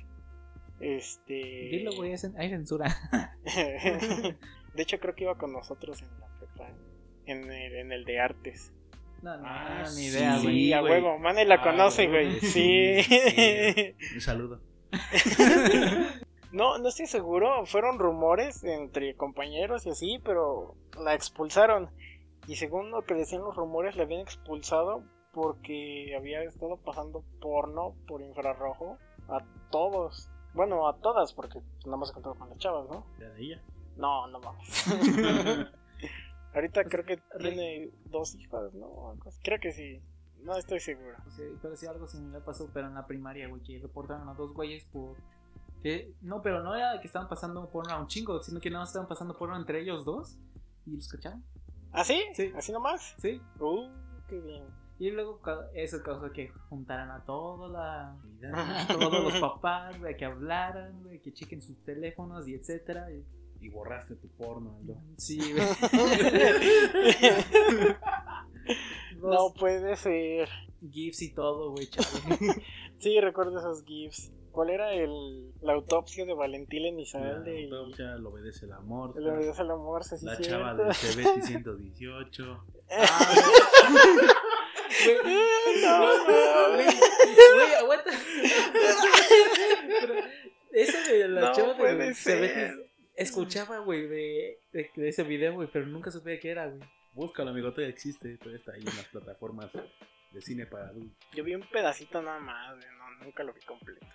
[SPEAKER 1] Este.
[SPEAKER 3] Eh.
[SPEAKER 2] Dilo, güey, es en- hay censura.
[SPEAKER 1] de hecho, creo que iba con nosotros en la prepa, en el, en el de artes.
[SPEAKER 2] No, no,
[SPEAKER 3] Ah,
[SPEAKER 2] no, ni
[SPEAKER 3] sí,
[SPEAKER 2] idea,
[SPEAKER 1] sí,
[SPEAKER 2] güey.
[SPEAKER 1] a
[SPEAKER 3] güey.
[SPEAKER 1] huevo. Mane la
[SPEAKER 3] Ah,
[SPEAKER 1] conoce,
[SPEAKER 3] güey.
[SPEAKER 1] güey. Sí.
[SPEAKER 3] Sí. Un saludo.
[SPEAKER 1] No, no estoy seguro, fueron rumores entre compañeros y así, pero la expulsaron. Y según lo que decían los rumores, la habían expulsado porque había estado pasando porno por infrarrojo a todos. Bueno, a todas, porque nada más se contaba con las chavas, ¿no?
[SPEAKER 3] Ya de ella.
[SPEAKER 1] No, no mames. Ahorita creo que tiene dos hijas, ¿no? Algo así. Creo que sí, no estoy seguro.
[SPEAKER 2] O sea, pero sí, algo similar pasó, pero en la primaria, güey, que reportaron a dos güeyes por. que- no, pero no era que estaban pasando porno a un chingo, sino que nada más estaban pasando porno entre ellos dos y los cacharon,
[SPEAKER 1] ¿Ah, sí?
[SPEAKER 2] Sí.
[SPEAKER 1] ¿Así nomás?
[SPEAKER 2] ¿sí?
[SPEAKER 1] Uh, qué bien.
[SPEAKER 2] Y luego ca- eso causó que juntaran a toda la a todos los papás, güey, que hablaran, güey, que chequen sus teléfonos y etcétera. Y-
[SPEAKER 3] Y borraste tu porno, Aldo.
[SPEAKER 2] Sí, güey.
[SPEAKER 1] No
[SPEAKER 2] Los
[SPEAKER 1] puede ser.
[SPEAKER 2] GIFs y todo, güey, chavo.
[SPEAKER 1] Sí, recuerdo esos GIFs. ¿Cuál era el, la autopsia de Valentín Elizalde? y-
[SPEAKER 3] La Ah, ya lo obedece el amor.
[SPEAKER 1] El obedece al amor, sí, sí,
[SPEAKER 3] La
[SPEAKER 1] cierto.
[SPEAKER 3] chava del CBT 118.
[SPEAKER 2] Ah, Güey,
[SPEAKER 1] No, no,
[SPEAKER 2] güey, güey, aguanta. Pero esa de la
[SPEAKER 1] No
[SPEAKER 2] chava de
[SPEAKER 1] puede
[SPEAKER 2] Cebetis,
[SPEAKER 1] ser.
[SPEAKER 2] Escuchaba, güey, de, de- de ese video, güey, pero nunca supe de qué era, güey.
[SPEAKER 3] Búscalo, amigo, todavía existe, todavía está ahí en las plataformas de cine para adultos.
[SPEAKER 1] Yo vi un pedacito nada más, güey, no, nunca lo vi completo.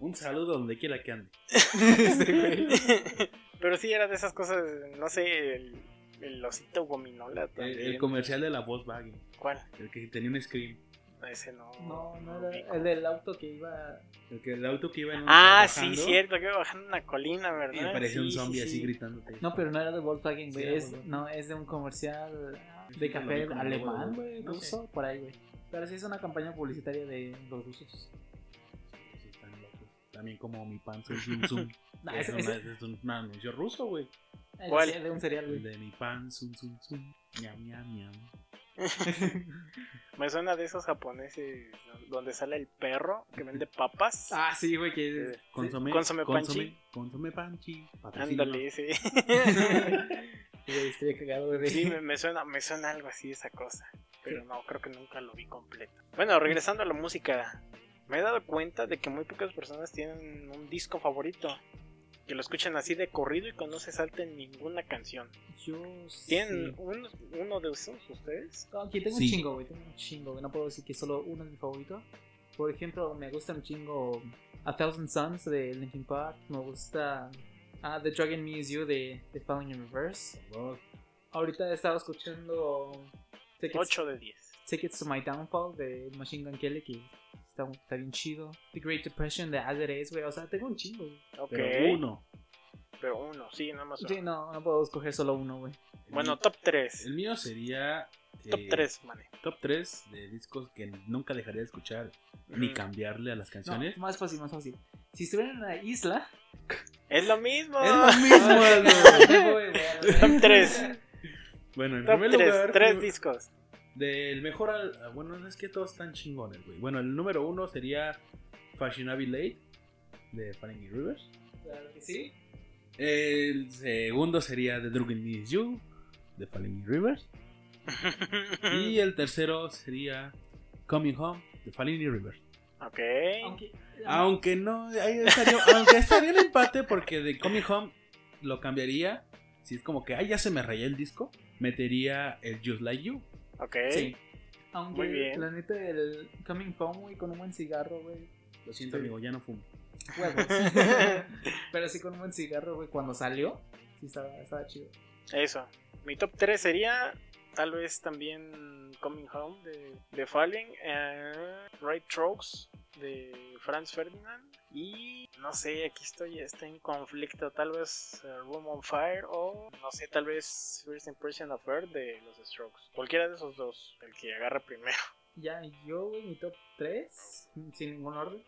[SPEAKER 3] Un saludo donde quiera que ande.
[SPEAKER 2] Ese güey.
[SPEAKER 1] Pero sí era de esas cosas, no sé, el, el osito gominola
[SPEAKER 3] El,
[SPEAKER 1] también.
[SPEAKER 3] el comercial de la Volkswagen,
[SPEAKER 1] ¿Cuál?
[SPEAKER 3] el que tenía un scream,
[SPEAKER 1] Ese no.
[SPEAKER 2] No, no
[SPEAKER 1] ubico.
[SPEAKER 2] era el del auto que iba.
[SPEAKER 3] el que el auto que iba en un
[SPEAKER 1] Ah, sí,
[SPEAKER 3] bajando,
[SPEAKER 1] cierto, que iba bajando una colina,
[SPEAKER 3] Y
[SPEAKER 1] ¿verdad?
[SPEAKER 3] aparecía un
[SPEAKER 1] Sí, sí,
[SPEAKER 3] zombie
[SPEAKER 1] sí.
[SPEAKER 3] así gritándote.
[SPEAKER 2] No, pero no era de Volkswagen, güey.
[SPEAKER 3] Sí, era
[SPEAKER 2] es-
[SPEAKER 3] Volkswagen.
[SPEAKER 2] no, es de un comercial de
[SPEAKER 3] Sí, lo vi
[SPEAKER 2] café
[SPEAKER 3] como
[SPEAKER 2] alemán,
[SPEAKER 3] nuevo,
[SPEAKER 2] güey,
[SPEAKER 3] no sé.
[SPEAKER 2] ruso, por ahí, güey. Pero sí es una campaña publicitaria de los rusos.
[SPEAKER 3] Sí, están locos. También como mi pan zum zum zum.
[SPEAKER 2] No,
[SPEAKER 3] es,
[SPEAKER 2] Ah, ese-
[SPEAKER 3] una-
[SPEAKER 2] ese-
[SPEAKER 3] es un un anuncio ruso, güey.
[SPEAKER 2] el
[SPEAKER 1] ¿Cuál?
[SPEAKER 2] de un cereal,
[SPEAKER 3] El
[SPEAKER 2] güey.
[SPEAKER 3] de mi pan zum zum zum. Ñam ñam ñam.
[SPEAKER 1] Me suena de esos japoneses donde sale el perro que vende papas.
[SPEAKER 2] Ah, sí, güey, que
[SPEAKER 1] Eh,
[SPEAKER 3] Consome,
[SPEAKER 1] Consome
[SPEAKER 3] consome, consome panchi. patrocínanos.
[SPEAKER 1] Ándale, sí.
[SPEAKER 2] Güey, estoy cagado, güey.
[SPEAKER 1] Sí, me, me suena, me suena algo así esa cosa. Pero no, creo que nunca lo vi completo. Bueno, regresando a la música. Me he dado cuenta de que muy pocas personas tienen un disco favorito. Que lo escuchan así de corrido y que no se salten ninguna canción.
[SPEAKER 2] Yo sí.
[SPEAKER 1] ¿Tienen un- uno de esos ustedes?
[SPEAKER 2] No, aquí tengo
[SPEAKER 3] Sí.
[SPEAKER 2] un chingo, güey. Tengo un chingo, güey. No puedo decir que solo uno es mi favorito. Por ejemplo, me gusta un chingo A Thousand Suns de Linkin Park. Me gusta ah, The Dragon Me Is You de, de Falling in Reverse.
[SPEAKER 3] Dos.
[SPEAKER 2] Ahorita he estado escuchando Tickets,
[SPEAKER 1] 8 de 10.
[SPEAKER 2] Tickets to My Downfall de Machine Gun Kelly, que está, está bien chido. The Great Depression de As It Is, güey. O sea, tengo un chingo, güey.
[SPEAKER 1] Ok.
[SPEAKER 3] Pero uno.
[SPEAKER 1] Pero uno, sí, nada más. uno.
[SPEAKER 2] Sí, no, no puedo escoger solo uno, güey.
[SPEAKER 1] Bueno, top 3.
[SPEAKER 3] El mío sería. eh,
[SPEAKER 1] Top 3, mané.
[SPEAKER 3] Top 3 de discos que nunca dejaría de escuchar ni
[SPEAKER 1] Mm.
[SPEAKER 3] cambiarle a las
[SPEAKER 2] No,
[SPEAKER 3] canciones.
[SPEAKER 2] más fácil, más fácil. Si estuviera en una isla,
[SPEAKER 1] Es lo mismo.
[SPEAKER 3] Es lo mismo, Aldo.
[SPEAKER 1] Top
[SPEAKER 2] Top
[SPEAKER 1] tres.
[SPEAKER 3] Bueno, en
[SPEAKER 1] Top
[SPEAKER 3] primer
[SPEAKER 1] 3,
[SPEAKER 3] lugar,
[SPEAKER 1] tres
[SPEAKER 3] prim-
[SPEAKER 1] discos.
[SPEAKER 3] del mejor al. ah, Bueno, es que todos están chingones, güey. Bueno, el número uno sería Fashionable Late de Frankie Rivers.
[SPEAKER 2] Claro que sí.
[SPEAKER 3] El segundo sería The Drug Needs You de Falling Rivers.
[SPEAKER 1] Mm.
[SPEAKER 3] Y el tercero sería Coming Home de Falling Rivers.
[SPEAKER 1] ok.
[SPEAKER 2] Aunque.
[SPEAKER 3] Aunque no, ahí estaría, aunque estaría el empate porque de Coming Home lo cambiaría. Si es como que, ay, ya se me rayó el disco, metería el Just Like You.
[SPEAKER 1] Ok.
[SPEAKER 2] Sí. Aunque,
[SPEAKER 1] Muy bien.
[SPEAKER 2] la neta, el Coming Home, güey, con un buen cigarro, güey.
[SPEAKER 3] Lo siento,
[SPEAKER 2] Sí.
[SPEAKER 3] amigo, ya no fumo.
[SPEAKER 2] Huevos. Pero sí, con un buen cigarro, güey, cuando salió, sí estaba, estaba chido.
[SPEAKER 1] Eso. Mi top 3 sería tal vez también Coming Home de, de Falling, eh, Right Strokes de Franz Ferdinand y no sé, aquí estoy, está en conflicto tal vez eh, Room on Fire o no sé, tal vez First Impression of Earth de los Strokes. Cualquiera de esos dos, el que agarre primero.
[SPEAKER 2] Ya, yo, güey, mi top 3, sin ningún orden,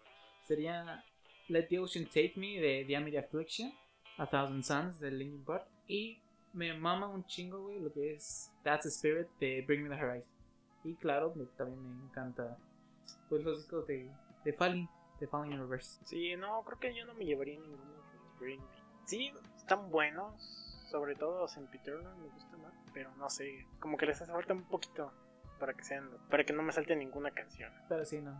[SPEAKER 2] sería Let the Ocean Take Me de Diamond Affliction, A Thousand Suns de Linkin Park, y me mama un chingo, güey, lo que es That's the Spirit de Bring Me the Horizon. Y claro, me- también me encanta pues los discos de, de Falling, de Falling in Reverse.
[SPEAKER 1] Sí, no, creo que yo no me llevaría ninguno de Green Day. Sí, están buenos, sobre todo Sempiterno me gusta más, pero no sé, como que les hace falta un poquito para que sean, para que no me salte ninguna canción.
[SPEAKER 2] Pero sí, no.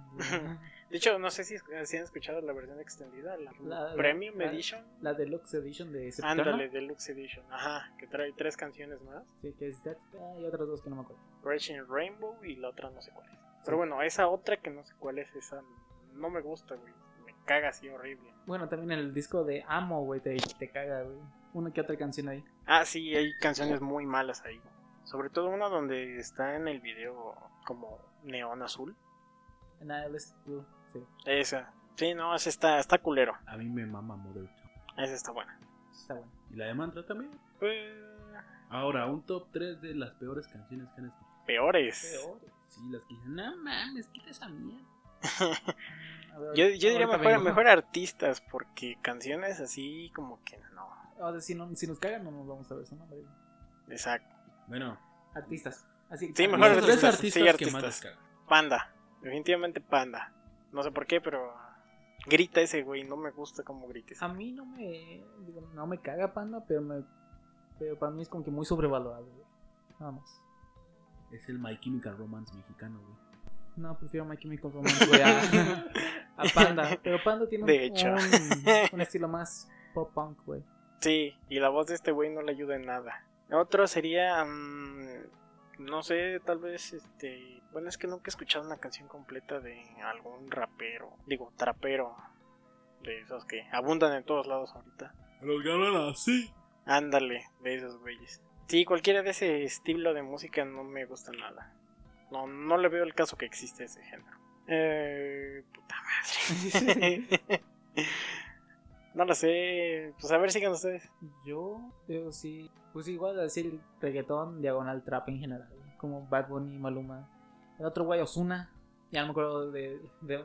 [SPEAKER 1] De hecho, no sé si, si han escuchado la versión extendida, la,
[SPEAKER 2] La- la-
[SPEAKER 1] Premium
[SPEAKER 2] la-
[SPEAKER 1] Edition.
[SPEAKER 2] La Deluxe Edition de
[SPEAKER 1] Ándale,
[SPEAKER 2] Sepultura,
[SPEAKER 1] Deluxe Edition, ajá, que trae tres canciones más,
[SPEAKER 2] sí, que es That ah, y otras dos que no me acuerdo.
[SPEAKER 1] Raging Rainbow y la otra no sé cuál es. Pero bueno, esa otra que no sé cuál es, esa no me gusta, güey, me caga así horrible.
[SPEAKER 2] Bueno, también el disco de Amo, güey, te, te caga, güey. Una que otra canción ahí.
[SPEAKER 1] Ah, sí, hay canciones muy malas ahí. Sobre todo una donde está en el video como neón azul.
[SPEAKER 2] Nihilist Blue, sí.
[SPEAKER 1] Esa. Sí, no, esa está, está culero.
[SPEAKER 3] A mí me mama Mother Tongue.
[SPEAKER 1] Esa está buena.
[SPEAKER 2] Está bueno.
[SPEAKER 3] Y la de Mantra también.
[SPEAKER 1] Eh,
[SPEAKER 3] Ahora, un top 3 de las peores canciones que han escuchado.
[SPEAKER 1] Peores.
[SPEAKER 3] Sí, las que dicen, no mames, quita esa mierda.
[SPEAKER 2] A ver,
[SPEAKER 1] Yo, yo diría
[SPEAKER 2] ahorita
[SPEAKER 1] mejor,
[SPEAKER 2] vengo.
[SPEAKER 1] mejor artistas, porque canciones así como que no.
[SPEAKER 2] O sea, si, no- si nos cagan, no nos vamos a ver su nombre.
[SPEAKER 1] Exacto.
[SPEAKER 3] Bueno,
[SPEAKER 2] Artistas. Así,
[SPEAKER 1] Sí, mejor
[SPEAKER 3] los
[SPEAKER 2] artistas.
[SPEAKER 3] tres
[SPEAKER 1] artistas,
[SPEAKER 3] artistas
[SPEAKER 1] sí,
[SPEAKER 3] que más
[SPEAKER 1] artistas.
[SPEAKER 3] descargan.
[SPEAKER 1] Panda. Definitivamente panda. No sé por qué, pero grita ese güey. No me gusta cómo grites.
[SPEAKER 2] A mí no me. Digo, no me caga Panda, pero me. Pero para mí es como que muy sobrevalorado, güey. Nada más.
[SPEAKER 3] Es el My Chemical Romance mexicano, güey.
[SPEAKER 2] No, prefiero My Chemical Romance güey, a, a Panda. Pero Panda tiene
[SPEAKER 1] De hecho.
[SPEAKER 2] Un, un estilo más pop punk, güey.
[SPEAKER 1] Sí, y la voz de este güey no le ayuda en nada. Otro sería. mm, no sé, tal vez este. Bueno, es que nunca he escuchado una canción completa de algún rapero. Digo, trapero. De esos que abundan en todos lados ahorita.
[SPEAKER 3] Los ganan así.
[SPEAKER 1] Ándale, de esos güeyes. Sí, cualquiera de ese estilo de música no me gusta nada. No, no le veo el caso que existe ese género. Eh, puta madre. no lo sé. Pues a ver, sigan ustedes.
[SPEAKER 2] Yo, yo sí. Pues igual así el reggaetón, diagonal trap en general. güey, Como Bad Bunny, Maluma. El otro güey, Osuna. Ya no me acuerdo de, de,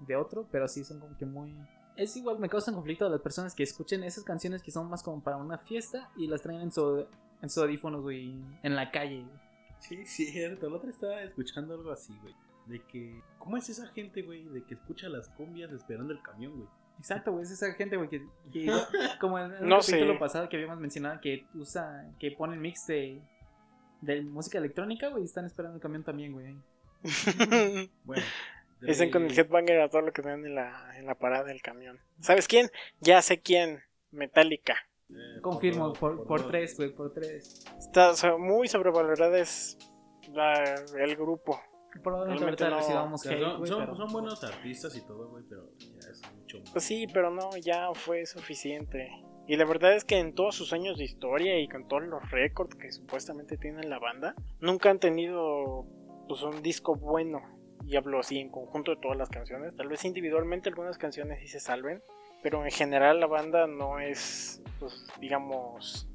[SPEAKER 2] de otro, pero sí son como que muy. Es igual, me causan conflicto a las personas que escuchen esas canciones que son más como para una fiesta y las traen en su, en sus audífonos, güey, en la calle. güey.
[SPEAKER 3] Sí, cierto. La otra estaba escuchando algo así, güey. De que. ¿Cómo es esa gente, güey? De que escucha las cumbias esperando el camión, güey.
[SPEAKER 2] Exacto, güey, es esa gente, güey, que, que- como en el
[SPEAKER 1] No sé.
[SPEAKER 2] capítulo pasado que habíamos mencionado que usa, que pone el mix de, de música electrónica, güey, y están esperando el camión también, güey.
[SPEAKER 3] Bueno. de-
[SPEAKER 1] Dicen con el headbanger a todo lo que vean en la, en la parada del camión. ¿Sabes quién? Ya sé quién. Metallica.
[SPEAKER 3] eh,
[SPEAKER 2] Confirmo,
[SPEAKER 3] dos,
[SPEAKER 2] por, por
[SPEAKER 3] dos.
[SPEAKER 2] tres, güey, por tres.
[SPEAKER 1] Está so- muy sobrevalorada es la- el grupo. Realmente
[SPEAKER 2] Probablemente ahorita
[SPEAKER 1] no.
[SPEAKER 3] O
[SPEAKER 2] recibamos
[SPEAKER 3] sea,
[SPEAKER 2] hate,
[SPEAKER 3] son,
[SPEAKER 2] güey,
[SPEAKER 3] son-
[SPEAKER 2] pero-
[SPEAKER 3] son buenos artistas y todo, güey, pero ya es mucho más.
[SPEAKER 1] Pues sí, pero no, ya fue suficiente. Y la verdad es que en todos sus años de historia y con todos los récords que supuestamente tiene la banda, nunca han tenido pues, un disco bueno. Y hablo así en conjunto de todas las canciones. Tal vez individualmente algunas canciones sí se salven, pero en general la banda no es, pues, digamos,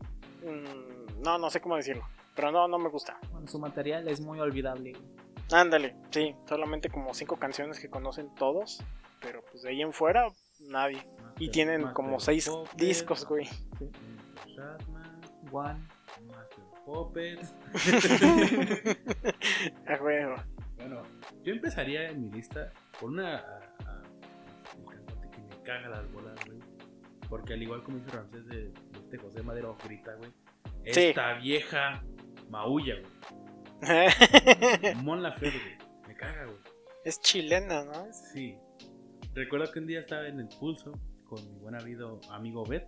[SPEAKER 1] mm, no, no sé cómo decirlo. Pero no, no me gusta.
[SPEAKER 2] Bueno, su material es muy olvidable, güey.
[SPEAKER 1] Ándale, sí, solamente como cinco canciones que conocen todos, pero pues de ahí en fuera, nadie. Y
[SPEAKER 3] Master-
[SPEAKER 1] tienen
[SPEAKER 3] Master
[SPEAKER 1] como seis
[SPEAKER 3] Puppet,
[SPEAKER 1] discos, güey.
[SPEAKER 3] Master Ratman,
[SPEAKER 2] One.
[SPEAKER 3] Master Puppet.
[SPEAKER 1] A huevo.
[SPEAKER 3] Bueno, yo empezaría en mi lista con una a- a- un cantante que me caga las bolas, güey. Porque al igual como hizo Ramsés de, de este José Madero grita, güey.
[SPEAKER 1] Sí.
[SPEAKER 3] Esta vieja maulla, güey. Mon Laferte, güey. Me caga, güey.
[SPEAKER 1] es chilena, ¿no? Es-
[SPEAKER 3] Sí. Recuerdo que un día estaba en el pulso con mi buen amigo, amigo Bet.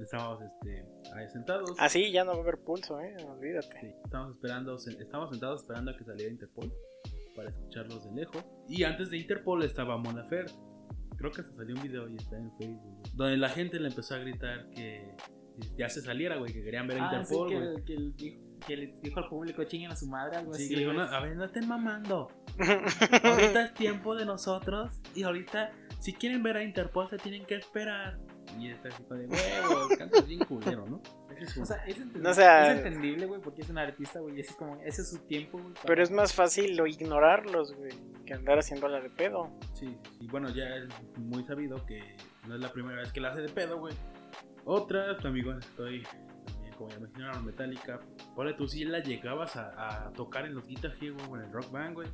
[SPEAKER 3] Estábamos este, ahí sentados.
[SPEAKER 1] Así ya no va a haber pulso, ¿eh? Olvídate.
[SPEAKER 3] Sí, Estábamos, esperando, se- estábamos sentados esperando a que saliera Interpol para escucharlos de lejos. Y antes de Interpol estaba Mon Laferte. Creo que se salió un video y está en Facebook. güey, Donde la gente le empezó a gritar que ya se saliera, güey, que querían ver a
[SPEAKER 2] Ah, sí,
[SPEAKER 3] Interpol.
[SPEAKER 2] que,
[SPEAKER 3] güey.
[SPEAKER 2] que, el dijo, que les dijo al público chinguen a su madre, algo
[SPEAKER 3] Sí,
[SPEAKER 2] así.
[SPEAKER 3] que le digo,
[SPEAKER 2] güey.
[SPEAKER 3] "No, a ver, no estén mamando. Ahorita es tiempo de nosotros y ahorita, si quieren ver a Interpol, se tienen que esperar. Y está así como de huevos, cantas bien culero, ¿no? Ese es un-
[SPEAKER 2] O sea, es entendible,
[SPEAKER 1] No, o sea-
[SPEAKER 2] es entendible, güey, porque es un artista, güey, y ese es como, ese es su tiempo, güey. para-
[SPEAKER 1] Pero es más fácil lo ignorarlos, güey, que andar haciéndola de pedo.
[SPEAKER 3] Sí, y bueno, ya es muy sabido que no es la primera vez que la hace de pedo, güey. Otra, tu amigo, estoy también, como ya mencionaron, Metallica. Ponle tú, sí la llegabas a, a tocar en los Guitar Hero, güey, en el Rock Band, güey.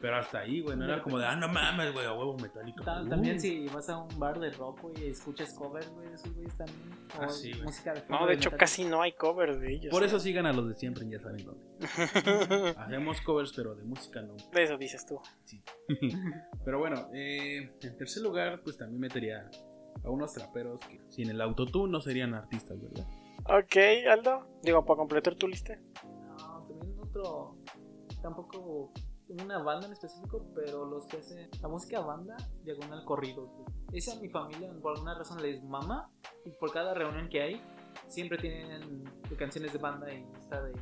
[SPEAKER 3] Pero hasta ahí, güey, no era como de, ah, no mames, güey, a huevo Metallica.
[SPEAKER 2] Ta-
[SPEAKER 3] Uh.
[SPEAKER 2] También si vas a un bar de rock, güey, y escuchas covers, güey, de esos güeyes también. O
[SPEAKER 3] Ah, sí, güey.
[SPEAKER 2] música de fondo
[SPEAKER 1] No, de hecho
[SPEAKER 2] metal.
[SPEAKER 1] casi no hay covers de ellos. ¿eh?
[SPEAKER 3] Por eso sigan a los de siempre, ya saben dónde. Hacemos covers, pero de música no.
[SPEAKER 1] de eso dices tú.
[SPEAKER 3] Pero bueno, eh, en tercer lugar, pues también metería a unos traperos que sin el autotune no serían artistas, ¿verdad?
[SPEAKER 1] Ok, Aldo. Digo, para completar tu lista.
[SPEAKER 2] No, también otro. Tampoco una banda en específico, pero los que hacen la música banda, diagonal corrido. güey. Esa mi familia por alguna razón les mama y por cada reunión que hay siempre tienen canciones de banda y está de...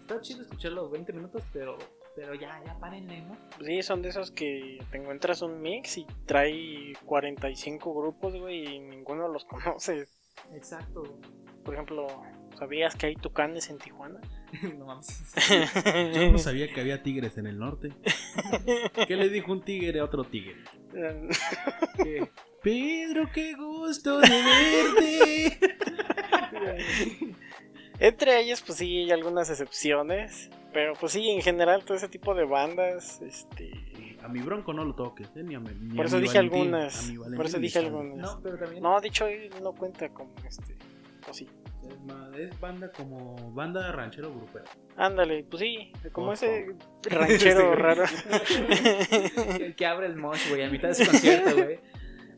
[SPEAKER 2] Está chido escucharlo 20 minutos, pero, pero ya, ya párenle, ¿no?
[SPEAKER 1] Pues Sí, son de esos que te encuentras un mix y trae 45 grupos, güey, y ninguno los conoces.
[SPEAKER 2] Exacto.
[SPEAKER 1] Por ejemplo, ¿sabías que hay tucanes en Tijuana?
[SPEAKER 2] no mames.
[SPEAKER 3] Yo no sabía que había tigres en el norte. ¿Qué le dijo un tigre a otro tigre?
[SPEAKER 2] Que-
[SPEAKER 3] Pedro, qué gusto de verte.
[SPEAKER 1] Entre ellas, pues sí, hay algunas excepciones. Pero pues sí, en general, todo ese tipo de bandas, este.
[SPEAKER 3] A mi bronco no lo toques, eh, ni a mi- ni
[SPEAKER 1] Por
[SPEAKER 3] a
[SPEAKER 1] eso
[SPEAKER 3] mi
[SPEAKER 1] dije
[SPEAKER 3] Valentín,
[SPEAKER 1] algunas.
[SPEAKER 3] a mi Valentín
[SPEAKER 1] Por eso dije
[SPEAKER 3] Elizalde.
[SPEAKER 1] algunas.
[SPEAKER 2] No, pero también...
[SPEAKER 1] No, de hecho, él no cuenta como este. O sí.
[SPEAKER 3] Es, ma- es banda como banda ranchero grupero.
[SPEAKER 1] Ándale, pues sí, como
[SPEAKER 3] Por
[SPEAKER 1] ese ranchero raro.
[SPEAKER 2] El que abre el mosh, güey, a mitad de su concierto, güey.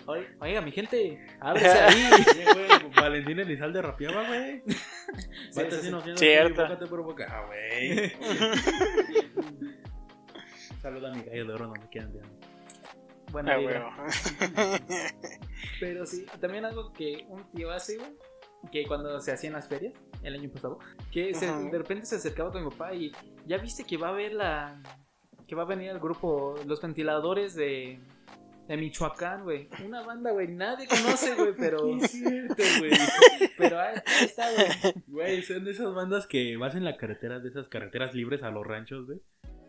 [SPEAKER 2] Oiga, Oiga, mi gente, ábrese ahí.
[SPEAKER 3] Oye, güey, Valentín Elizalde rapeaba, güey. Vete
[SPEAKER 2] sí,
[SPEAKER 3] sin
[SPEAKER 2] sí.
[SPEAKER 3] ofensa,
[SPEAKER 1] Cierto.
[SPEAKER 3] güey, bócate por boca. Ah, güey. Saluda a mi gallo de oro donde quieran. vean.
[SPEAKER 2] Bueno,
[SPEAKER 1] Ah,
[SPEAKER 2] ahí,
[SPEAKER 1] huevo.
[SPEAKER 2] Pero sí, también algo que un tío hace, güey, que cuando se hacían las ferias, el año pasado, que se-
[SPEAKER 1] Ajá.
[SPEAKER 2] de repente se acercaba con mi papá y ya viste que va a haber la. que va a venir el grupo, los ventiladores de. de Michoacán, güey. Una banda, güey, nadie conoce, güey, pero.
[SPEAKER 3] Es cierto, güey.
[SPEAKER 2] pero ahí ahí está, güey.
[SPEAKER 3] Güey, son de esas bandas que vas en la carretera, de esas carreteras libres a los ranchos, güey.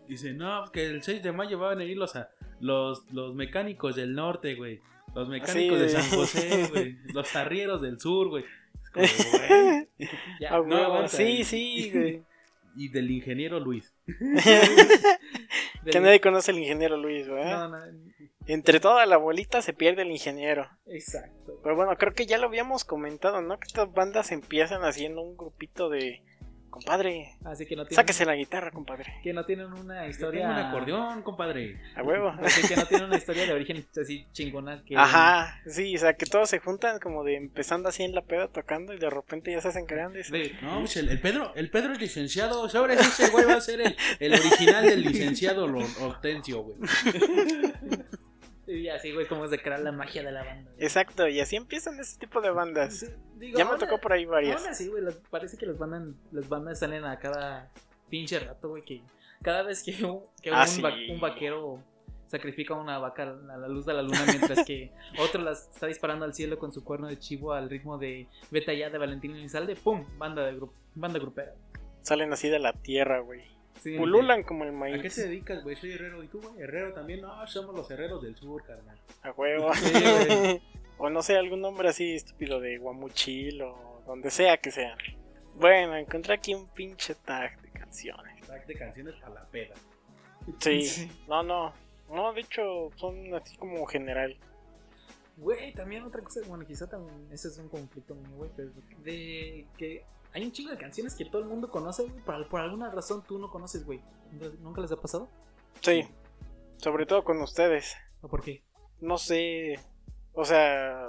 [SPEAKER 3] Dicen, no, pues que el 6 de mayo van a venir los, a- los, los mecánicos del norte, güey. Los mecánicos
[SPEAKER 1] Ah, Sí,
[SPEAKER 3] de San
[SPEAKER 1] güey.
[SPEAKER 3] José, güey. Los arrieros del sur, güey. Es como, güey.
[SPEAKER 2] Ya,
[SPEAKER 1] Ah,
[SPEAKER 2] no
[SPEAKER 1] huevo,
[SPEAKER 2] aguanta, eh.
[SPEAKER 1] sí, sí, güey.
[SPEAKER 3] Y del ingeniero Luis.
[SPEAKER 2] del-
[SPEAKER 1] Que nadie conoce al ingeniero Luis, ¿verdad?
[SPEAKER 2] No, no,
[SPEAKER 1] Entre toda la bolita se pierde el ingeniero.
[SPEAKER 2] exacto.
[SPEAKER 1] Pero bueno, creo que ya lo habíamos comentado, ¿no? Que estas bandas empiezan haciendo un grupito de... Compadre,
[SPEAKER 2] Así que no tienen,
[SPEAKER 1] sáquese la guitarra, compadre.
[SPEAKER 2] que no tienen una
[SPEAKER 3] Yo
[SPEAKER 2] historia.
[SPEAKER 3] tengo un acordeón, compadre.
[SPEAKER 1] A huevo.
[SPEAKER 2] Así que no tienen una historia de origen así chingona que.
[SPEAKER 1] Ajá, sí, o sea, que todos se juntan como de empezando así en la peda tocando y de repente ya se hacen grandes.
[SPEAKER 2] de-
[SPEAKER 3] No, pues el, el Pedro, el Pedro es licenciado. Sobre ese güey va a ser el, el original del licenciado Lo- Hortensio, güey.
[SPEAKER 2] Y así, güey, como es de crear la magia de la banda. güey.
[SPEAKER 1] Exacto, y así empiezan ese tipo de bandas.
[SPEAKER 2] Sí, digo,
[SPEAKER 1] Ya me
[SPEAKER 2] ahora-
[SPEAKER 1] tocó por ahí varias.
[SPEAKER 2] Ahora sí, güey, las- parece que las bandas, las bandas salen a cada pinche rato, güey, que cada vez que un, que
[SPEAKER 1] Ah,
[SPEAKER 2] un,
[SPEAKER 1] sí.
[SPEAKER 2] va- un vaquero sacrifica una vaca a la luz de la luna mientras que otro las está disparando al cielo con su cuerno de chivo al ritmo de Vete allá de Valentín Elizalde, pum, banda de grupo, banda grupera.
[SPEAKER 1] Salen así de la tierra, güey.
[SPEAKER 2] Sí,
[SPEAKER 1] Pululan como el
[SPEAKER 3] ¿A qué
[SPEAKER 1] maíz.
[SPEAKER 3] te dedicas, güey? Soy herrero. ¿Y tú, güey? Herrero también. No, somos los herreros del sur, carnal.
[SPEAKER 1] A huevo.
[SPEAKER 2] Sí, güey.
[SPEAKER 1] o no sé, algún nombre así estúpido de Guamuchil o donde sea que sea. Bueno, encontré aquí un pinche tag de canciones.
[SPEAKER 3] Track de canciones para la peda.
[SPEAKER 1] Sí, no, no. No, de hecho, son así como general.
[SPEAKER 2] Güey, también otra cosa, bueno, quizá también ese es un conflicto mío, güey, pero de que hay un chingo de canciones que todo el mundo conoce, güey, pero por alguna razón tú no conoces, güey. ¿Nunca- ¿Nunca les ha pasado?
[SPEAKER 1] Sí, sobre todo con ustedes.
[SPEAKER 2] ¿O por qué?
[SPEAKER 1] no sé, o sea,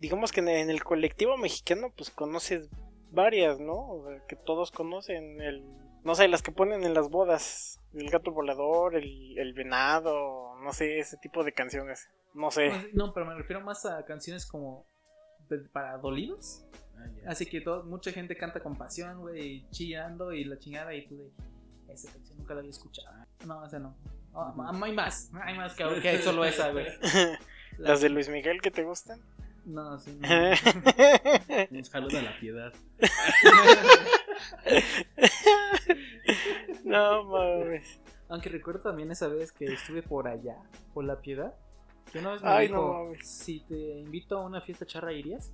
[SPEAKER 1] digamos que en en el colectivo mexicano pues conoces varias, ¿no? O sea, que todos conocen, el, no sé, las que ponen en las bodas, el gato volador, el, el venado, no sé, ese tipo de canciones, no sé.
[SPEAKER 2] No, pero me refiero más a canciones como de- para dolidos.
[SPEAKER 3] Ah,
[SPEAKER 2] Así que todo- mucha gente canta con pasión, güey, chillando y la chingada y tú de, esa canción nunca la había escuchado. No, esa no. Oh, ma- hay más, hay más que, que solo esa, güey. La-
[SPEAKER 1] Las de Luis Miguel que te gustan.
[SPEAKER 2] No, sí, no.
[SPEAKER 3] Un saludo a la piedad.
[SPEAKER 1] no mames.
[SPEAKER 2] Aunque recuerdo también esa vez que estuve por allá, por la piedad. Que una vez me
[SPEAKER 1] Ay,
[SPEAKER 2] dijo,
[SPEAKER 1] no mames.
[SPEAKER 2] si te invito a una fiesta charra, ¿irías?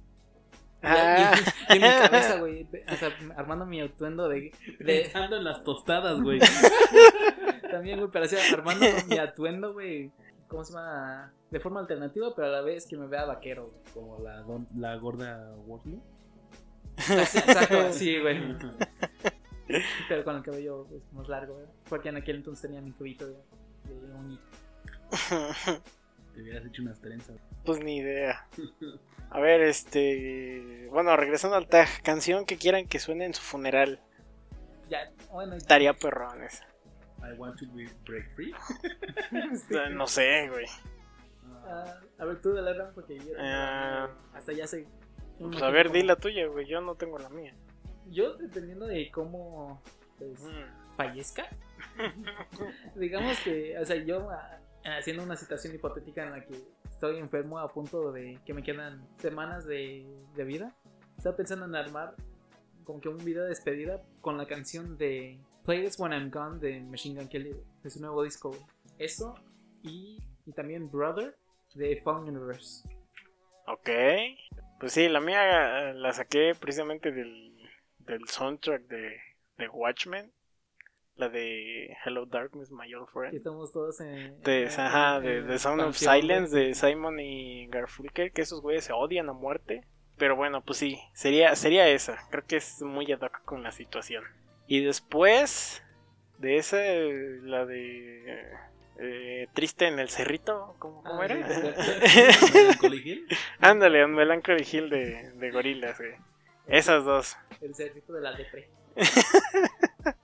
[SPEAKER 1] Ah,
[SPEAKER 2] Y, y en mi cabeza, güey, ve- o sea, armando mi atuendo de... de-
[SPEAKER 3] Pensando en las tostadas, güey.
[SPEAKER 2] también, güey, parecía armando mi atuendo, güey, ¿cómo se llama? De forma alternativa, pero a la vez que me vea vaquero, güey.
[SPEAKER 3] Como la, don- la gorda Worsley.
[SPEAKER 2] Así, Exacto, así, güey. Pero con el cabello pues, más largo, güey. Porque en aquel entonces tenía mi cubito de, de uñita.
[SPEAKER 1] Ah.
[SPEAKER 3] Te hubieras hecho unas trenzas.
[SPEAKER 1] pues ni idea. A ver, este, bueno, regresando al tag, canción que quieran que suene en su funeral.
[SPEAKER 2] Ya, bueno, y-
[SPEAKER 1] Estaría perrones.
[SPEAKER 3] I want to be break free.
[SPEAKER 2] este,
[SPEAKER 1] No, no sé, güey.
[SPEAKER 3] Ah,
[SPEAKER 2] Ah, a ver, tú de la RAM porque yo.
[SPEAKER 1] Ah.
[SPEAKER 2] hasta ya sé.
[SPEAKER 1] Pues a ver, di la tuya, güey. Yo no tengo la mía.
[SPEAKER 2] Yo, dependiendo de cómo pues,
[SPEAKER 1] Mm.
[SPEAKER 2] fallezca, digamos que, o sea, yo ah, haciendo una situación hipotética en la que estoy enfermo a punto de que me quedan semanas de, de vida, estaba pensando en armar como que un video de despedida con la canción de Play This When I'm Gone de Machine Gun Kelly, de su nuevo disco. güey. Eso y, y también Brother de Fallen Universe.
[SPEAKER 1] Ok. Pues sí, la mía eh, la saqué precisamente del, del soundtrack de, de Watchmen. La de Hello Darkness, My Old
[SPEAKER 2] Que
[SPEAKER 1] Friend.
[SPEAKER 2] estamos todos en.
[SPEAKER 1] De,
[SPEAKER 2] en-
[SPEAKER 1] ajá, de,
[SPEAKER 2] en
[SPEAKER 1] de Sound of
[SPEAKER 2] panteón,
[SPEAKER 1] Silence
[SPEAKER 2] güey.
[SPEAKER 1] de Simon y Garfunkel. Que esos güeyes se odian a muerte. Pero bueno, pues sí, sería, sería esa. Creo que es muy ad hoc con la situación. Y después de esa, eh, la de eh, Triste en el Cerrito, ¿cómo, cómo
[SPEAKER 2] Ah,
[SPEAKER 1] era?
[SPEAKER 2] sí,
[SPEAKER 3] Melancholy Hill.
[SPEAKER 1] Ándale, un Melancholy Hill de, de gorilas, güey. Esas dos.
[SPEAKER 2] El cerrito de la depre.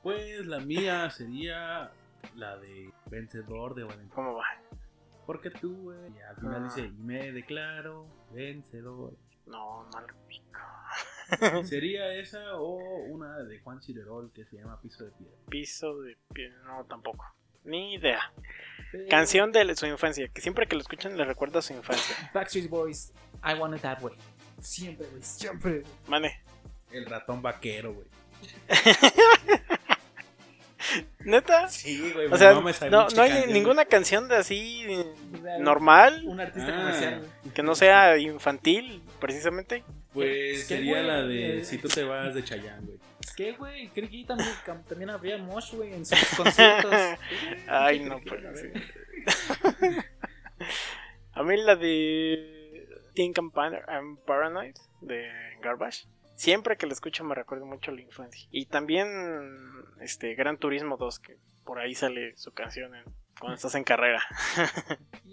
[SPEAKER 3] Pues la mía sería la de vencedor de Valentín.
[SPEAKER 1] ¿Cómo va?
[SPEAKER 3] Porque tú, güey. Y al final
[SPEAKER 1] Ah.
[SPEAKER 3] dice, y me declaro vencedor.
[SPEAKER 1] No, no lo pico.
[SPEAKER 3] Sería esa o una de Juan Cirerol que se llama Piso de Piedra.
[SPEAKER 1] Piso de pie. No, tampoco. Ni idea.
[SPEAKER 3] Pero-
[SPEAKER 1] Canción de su infancia, que siempre que lo escuchan le recuerda a su infancia.
[SPEAKER 2] Backstreet Boys, I Want It That Way. Siempre, güey, siempre.
[SPEAKER 1] Mane.
[SPEAKER 3] El ratón vaquero, güey.
[SPEAKER 1] ¿Neta?
[SPEAKER 3] Sí, güey.
[SPEAKER 1] O sea,
[SPEAKER 3] me mames, hay
[SPEAKER 1] no,
[SPEAKER 3] mucha
[SPEAKER 1] no hay
[SPEAKER 3] canción,
[SPEAKER 1] ninguna canción de así eh,
[SPEAKER 2] Una-
[SPEAKER 1] normal,
[SPEAKER 2] Un artista
[SPEAKER 3] Ah.
[SPEAKER 2] comercial, güey.
[SPEAKER 1] que no sea infantil, precisamente.
[SPEAKER 3] güey. Pues
[SPEAKER 2] Es que,
[SPEAKER 3] sería
[SPEAKER 2] güey,
[SPEAKER 3] la de
[SPEAKER 2] eh,
[SPEAKER 3] Si tú te vas de Chayanne, güey.
[SPEAKER 2] ¿Qué, güey? Creo que también, cam- también habría Mosh, güey, en sus conciertos.
[SPEAKER 1] Ay, no, pues. sí. A mí la de Think I'm, Pan- I'm Paranoid de Garbage. Siempre que la escucho me recuerda mucho a la infancia. Y también este Gran Turismo 2, que por ahí sale su canción en- cuando estás en carrera.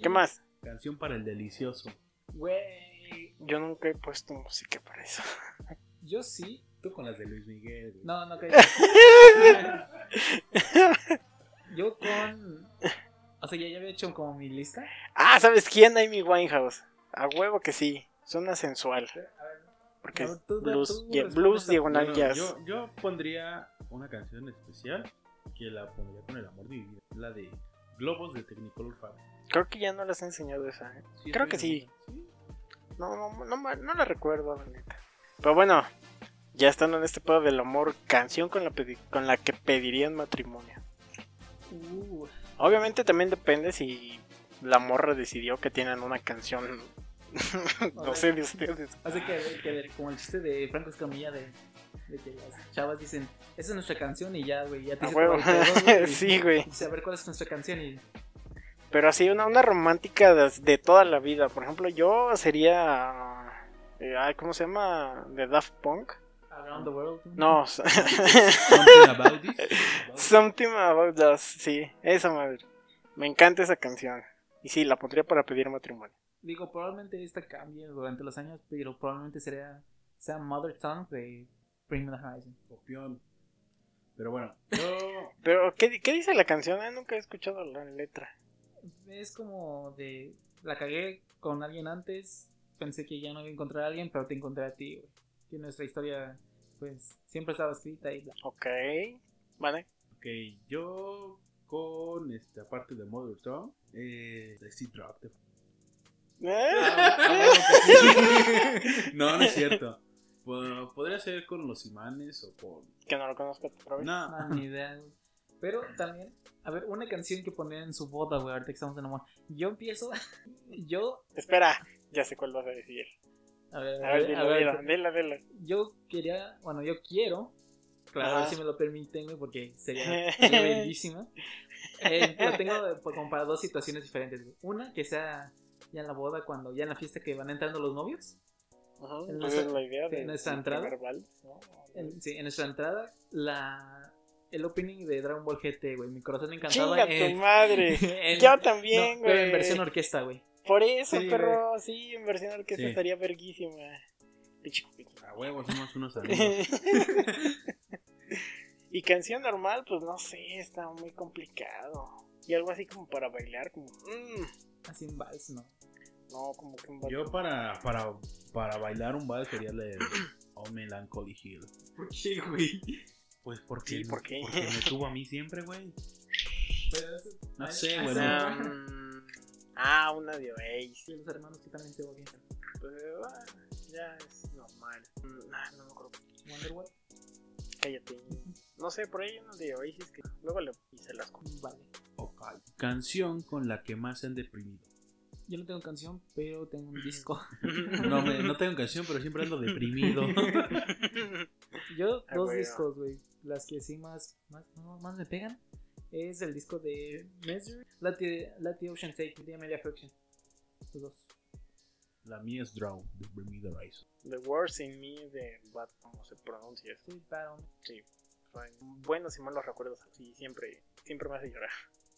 [SPEAKER 1] ¿Qué más?
[SPEAKER 3] Canción para el delicioso.
[SPEAKER 2] Güey,
[SPEAKER 1] Yo nunca he puesto música para eso.
[SPEAKER 2] yo sí.
[SPEAKER 3] Tú con las de Luis Miguel, güey.
[SPEAKER 2] No, no caí. yo con. O sea, ya, ya había hecho como mi lista.
[SPEAKER 1] Ah, ¿sabes quién? Amy Winehouse. A huevo que sí. Suena sensual. Porque
[SPEAKER 2] A ver, tú- tú
[SPEAKER 1] blues,
[SPEAKER 2] respondes
[SPEAKER 1] ye-
[SPEAKER 2] a-
[SPEAKER 1] blues diagonal
[SPEAKER 3] Bueno,
[SPEAKER 1] jazz.
[SPEAKER 3] yo, yo pondría una canción especial que la pondría con el amor de mi vida. La de Globos de Technicolor Fabio.
[SPEAKER 1] Creo que ya no las he enseñado esa. ¿eh? Creo que sí. No, no, no, me- no la recuerdo, la neta. Pero bueno, ya estando en este pedo del amor, canción con la, pedi- con la que pedirían matrimonio.
[SPEAKER 2] Uh,
[SPEAKER 1] Obviamente también depende si la morra decidió que tienen una canción. no sé de ustedes.
[SPEAKER 2] hace
[SPEAKER 1] Ah.
[SPEAKER 2] que, que ver, como el chiste de Franco Escamilla de, de que las chavas dicen, esa es nuestra canción y ya, güey, ya te
[SPEAKER 1] A Ah,
[SPEAKER 2] hice
[SPEAKER 1] huevo.
[SPEAKER 2] todo el pedo, güey.
[SPEAKER 1] sí, güey.
[SPEAKER 2] Dice, a ver cuál es nuestra canción y
[SPEAKER 1] Pero así, una, una romántica de, de toda la vida. Por ejemplo, yo sería. eh, ay, ¿Cómo se llama? ¿De Daft Punk?
[SPEAKER 2] Around the World.
[SPEAKER 1] No,
[SPEAKER 3] Something about it.
[SPEAKER 1] Something About Us, sí, esa madre. Me encanta esa canción. Y sí, la pondría para pedir matrimonio.
[SPEAKER 2] Digo, probablemente esta cambie durante los años, pero probablemente sería, sea Mother Tongue de Bring Me the Horizon.
[SPEAKER 3] Copión. Pero bueno, yo.
[SPEAKER 1] Pero, ¿qué, di- qué dice la canción? Eh, nunca he escuchado la letra.
[SPEAKER 2] Es como de, la cagué con alguien antes, pensé que ya no iba a encontrar a alguien, pero te encontré a ti, güey. Que nuestra historia, pues, siempre estaba escrita y bla.
[SPEAKER 1] Ok, vale.
[SPEAKER 3] Ok, yo con esta parte de Mother Tongue. Eh, Sexy Drop. de- no, no es cierto. Po- Podría ser con los imanes o con.
[SPEAKER 1] que no lo conozco otra vez.
[SPEAKER 3] No,
[SPEAKER 2] No, Ah, ni idea, güey. Pero también, a ver, una canción que poner en su boda, güey, ahorita que estamos en amor. Yo empiezo, yo,
[SPEAKER 1] Espera, ya sé cuál vas a decir.
[SPEAKER 2] a ver,
[SPEAKER 1] A ver, dila, dila, dila, dila.
[SPEAKER 2] yo quería, bueno, yo quiero, claro, a ver
[SPEAKER 1] Ajá.
[SPEAKER 2] si me lo permiten, güey, porque sería sería bellísima. Eh, lo tengo eh, pues, como para dos situaciones diferentes, güey. Una, que sea ya en la boda, cuando ya en la fiesta que van entrando los novios.
[SPEAKER 1] Ujú,
[SPEAKER 2] En
[SPEAKER 1] pues es
[SPEAKER 2] nuestra-
[SPEAKER 1] la idea de
[SPEAKER 2] en nuestra entrada.
[SPEAKER 1] primer vals, ¿no?
[SPEAKER 2] En, sí, en nuestra entrada, la, el opening de Dragon Ball GT, güey, mi corazón encantado.
[SPEAKER 1] Chinga
[SPEAKER 2] en-
[SPEAKER 1] tu madre.
[SPEAKER 2] en-
[SPEAKER 1] Yo
[SPEAKER 2] no,
[SPEAKER 1] también,
[SPEAKER 2] pero
[SPEAKER 1] güey.
[SPEAKER 2] en versión orquesta, güey.
[SPEAKER 1] Por eso,
[SPEAKER 3] Sí,
[SPEAKER 1] perro, sí, en versión orquesta
[SPEAKER 3] Sí.
[SPEAKER 1] estaría verguísima. Pinche copito.
[SPEAKER 3] a huevo, somos unos amigos.
[SPEAKER 1] y canción normal, pues no sé, está muy complicado. Y algo así como para bailar, como... mm,
[SPEAKER 2] Así en vals, ¿no?
[SPEAKER 1] no, como que un vato-
[SPEAKER 3] Yo para, para, para bailar un vals sería la de Oh Melancholy Hill.
[SPEAKER 2] ¿Por qué, güey?
[SPEAKER 3] Pues porque,
[SPEAKER 1] Sí, ¿por qué?
[SPEAKER 3] porque me tuvo a mí siempre, güey.
[SPEAKER 2] Pero es-
[SPEAKER 3] No
[SPEAKER 2] ay,
[SPEAKER 3] sé,
[SPEAKER 2] ay,
[SPEAKER 3] güey.
[SPEAKER 2] sí.
[SPEAKER 1] Ah, mm, ah, una de Oasis.
[SPEAKER 2] Sí, los hermanos que también se odian.
[SPEAKER 1] Pues, ah, ya es normal. Mm, ah, no me acuerdo.
[SPEAKER 2] Wonderwall,
[SPEAKER 1] Cállate. No sé, por ahí una de Oasis que luego le y se las compro.
[SPEAKER 2] vale.
[SPEAKER 3] Ok. Canción con la que más se han deprimido.
[SPEAKER 2] Yo no tengo canción, pero tengo un disco.
[SPEAKER 3] No, me- no tengo canción, pero siempre ando deprimido.
[SPEAKER 2] Yo,
[SPEAKER 1] Ah,
[SPEAKER 2] dos
[SPEAKER 1] güey,
[SPEAKER 2] discos, güey. Las que sí más, más, no, más me pegan es el disco de Misery, Let the, Let the Ocean Take, Me, The Media Friction. Los dos.
[SPEAKER 3] La mía es Drown, de Bermuda Rise.
[SPEAKER 1] The Worst in Me de Bad, ¿cómo se pronuncia?
[SPEAKER 2] Sí, para un-
[SPEAKER 1] Sí. Son Buenos y malos recuerdos así, siempre, siempre me hace llorar.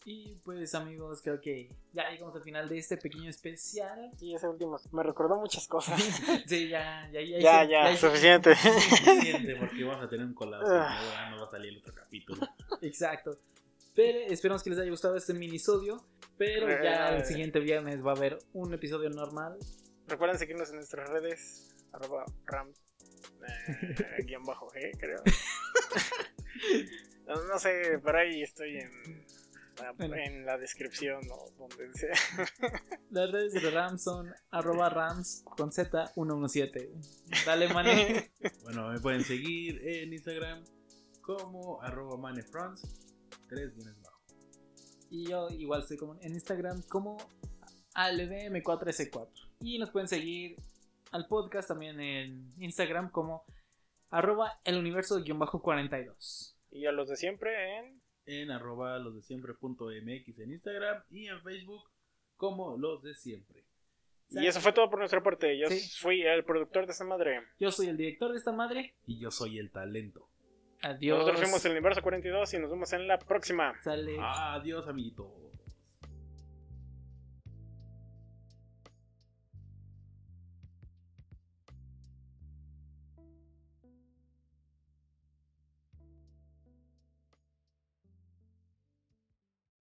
[SPEAKER 2] Y pues amigos, creo que ya llegamos al final de este pequeño especial.
[SPEAKER 1] Sí, ese último me recordó muchas cosas.
[SPEAKER 2] Sí, ya, ya, ya.
[SPEAKER 1] ya,
[SPEAKER 2] hice-
[SPEAKER 1] ya,
[SPEAKER 2] hice-
[SPEAKER 1] suficiente.
[SPEAKER 3] Suficiente, porque vamos a tener un colapso. y
[SPEAKER 1] Ah.
[SPEAKER 3] luego ya no va a salir el otro capítulo.
[SPEAKER 2] Exacto. Pero esperamos que les haya gustado este minisodio. Pero ya el siguiente viernes va a haber un episodio normal.
[SPEAKER 1] Recuerden seguirnos en nuestras redes, arroba rams, eh, guión bajo G, creo. no, no sé, por ahí estoy en, la-
[SPEAKER 2] Bueno.
[SPEAKER 1] en la descripción o donde sea.
[SPEAKER 2] Las redes de Rams son arroba Rams con Z 117. Dale, mané.
[SPEAKER 3] Bueno, me pueden seguir en Instagram como arroba manefrance, tres bienes bajo.
[SPEAKER 2] Y yo igual estoy como en Instagram como albm4s4. Y nos pueden seguir al podcast también en Instagram como arroba el universo-42.
[SPEAKER 1] Y a los de siempre en...
[SPEAKER 3] En arroba los de siempre punto MX en Instagram y en Facebook como los de siempre.
[SPEAKER 1] Y eso fue todo por nuestra parte. Yo
[SPEAKER 2] Sí.
[SPEAKER 1] fui el productor de esta madre.
[SPEAKER 2] Yo soy el director de esta madre.
[SPEAKER 3] Y yo soy el talento.
[SPEAKER 2] Adiós.
[SPEAKER 1] Nosotros fuimos el universo 42 y nos vemos en la próxima.
[SPEAKER 3] Ah.
[SPEAKER 2] Sale.
[SPEAKER 3] Adiós, amiguito.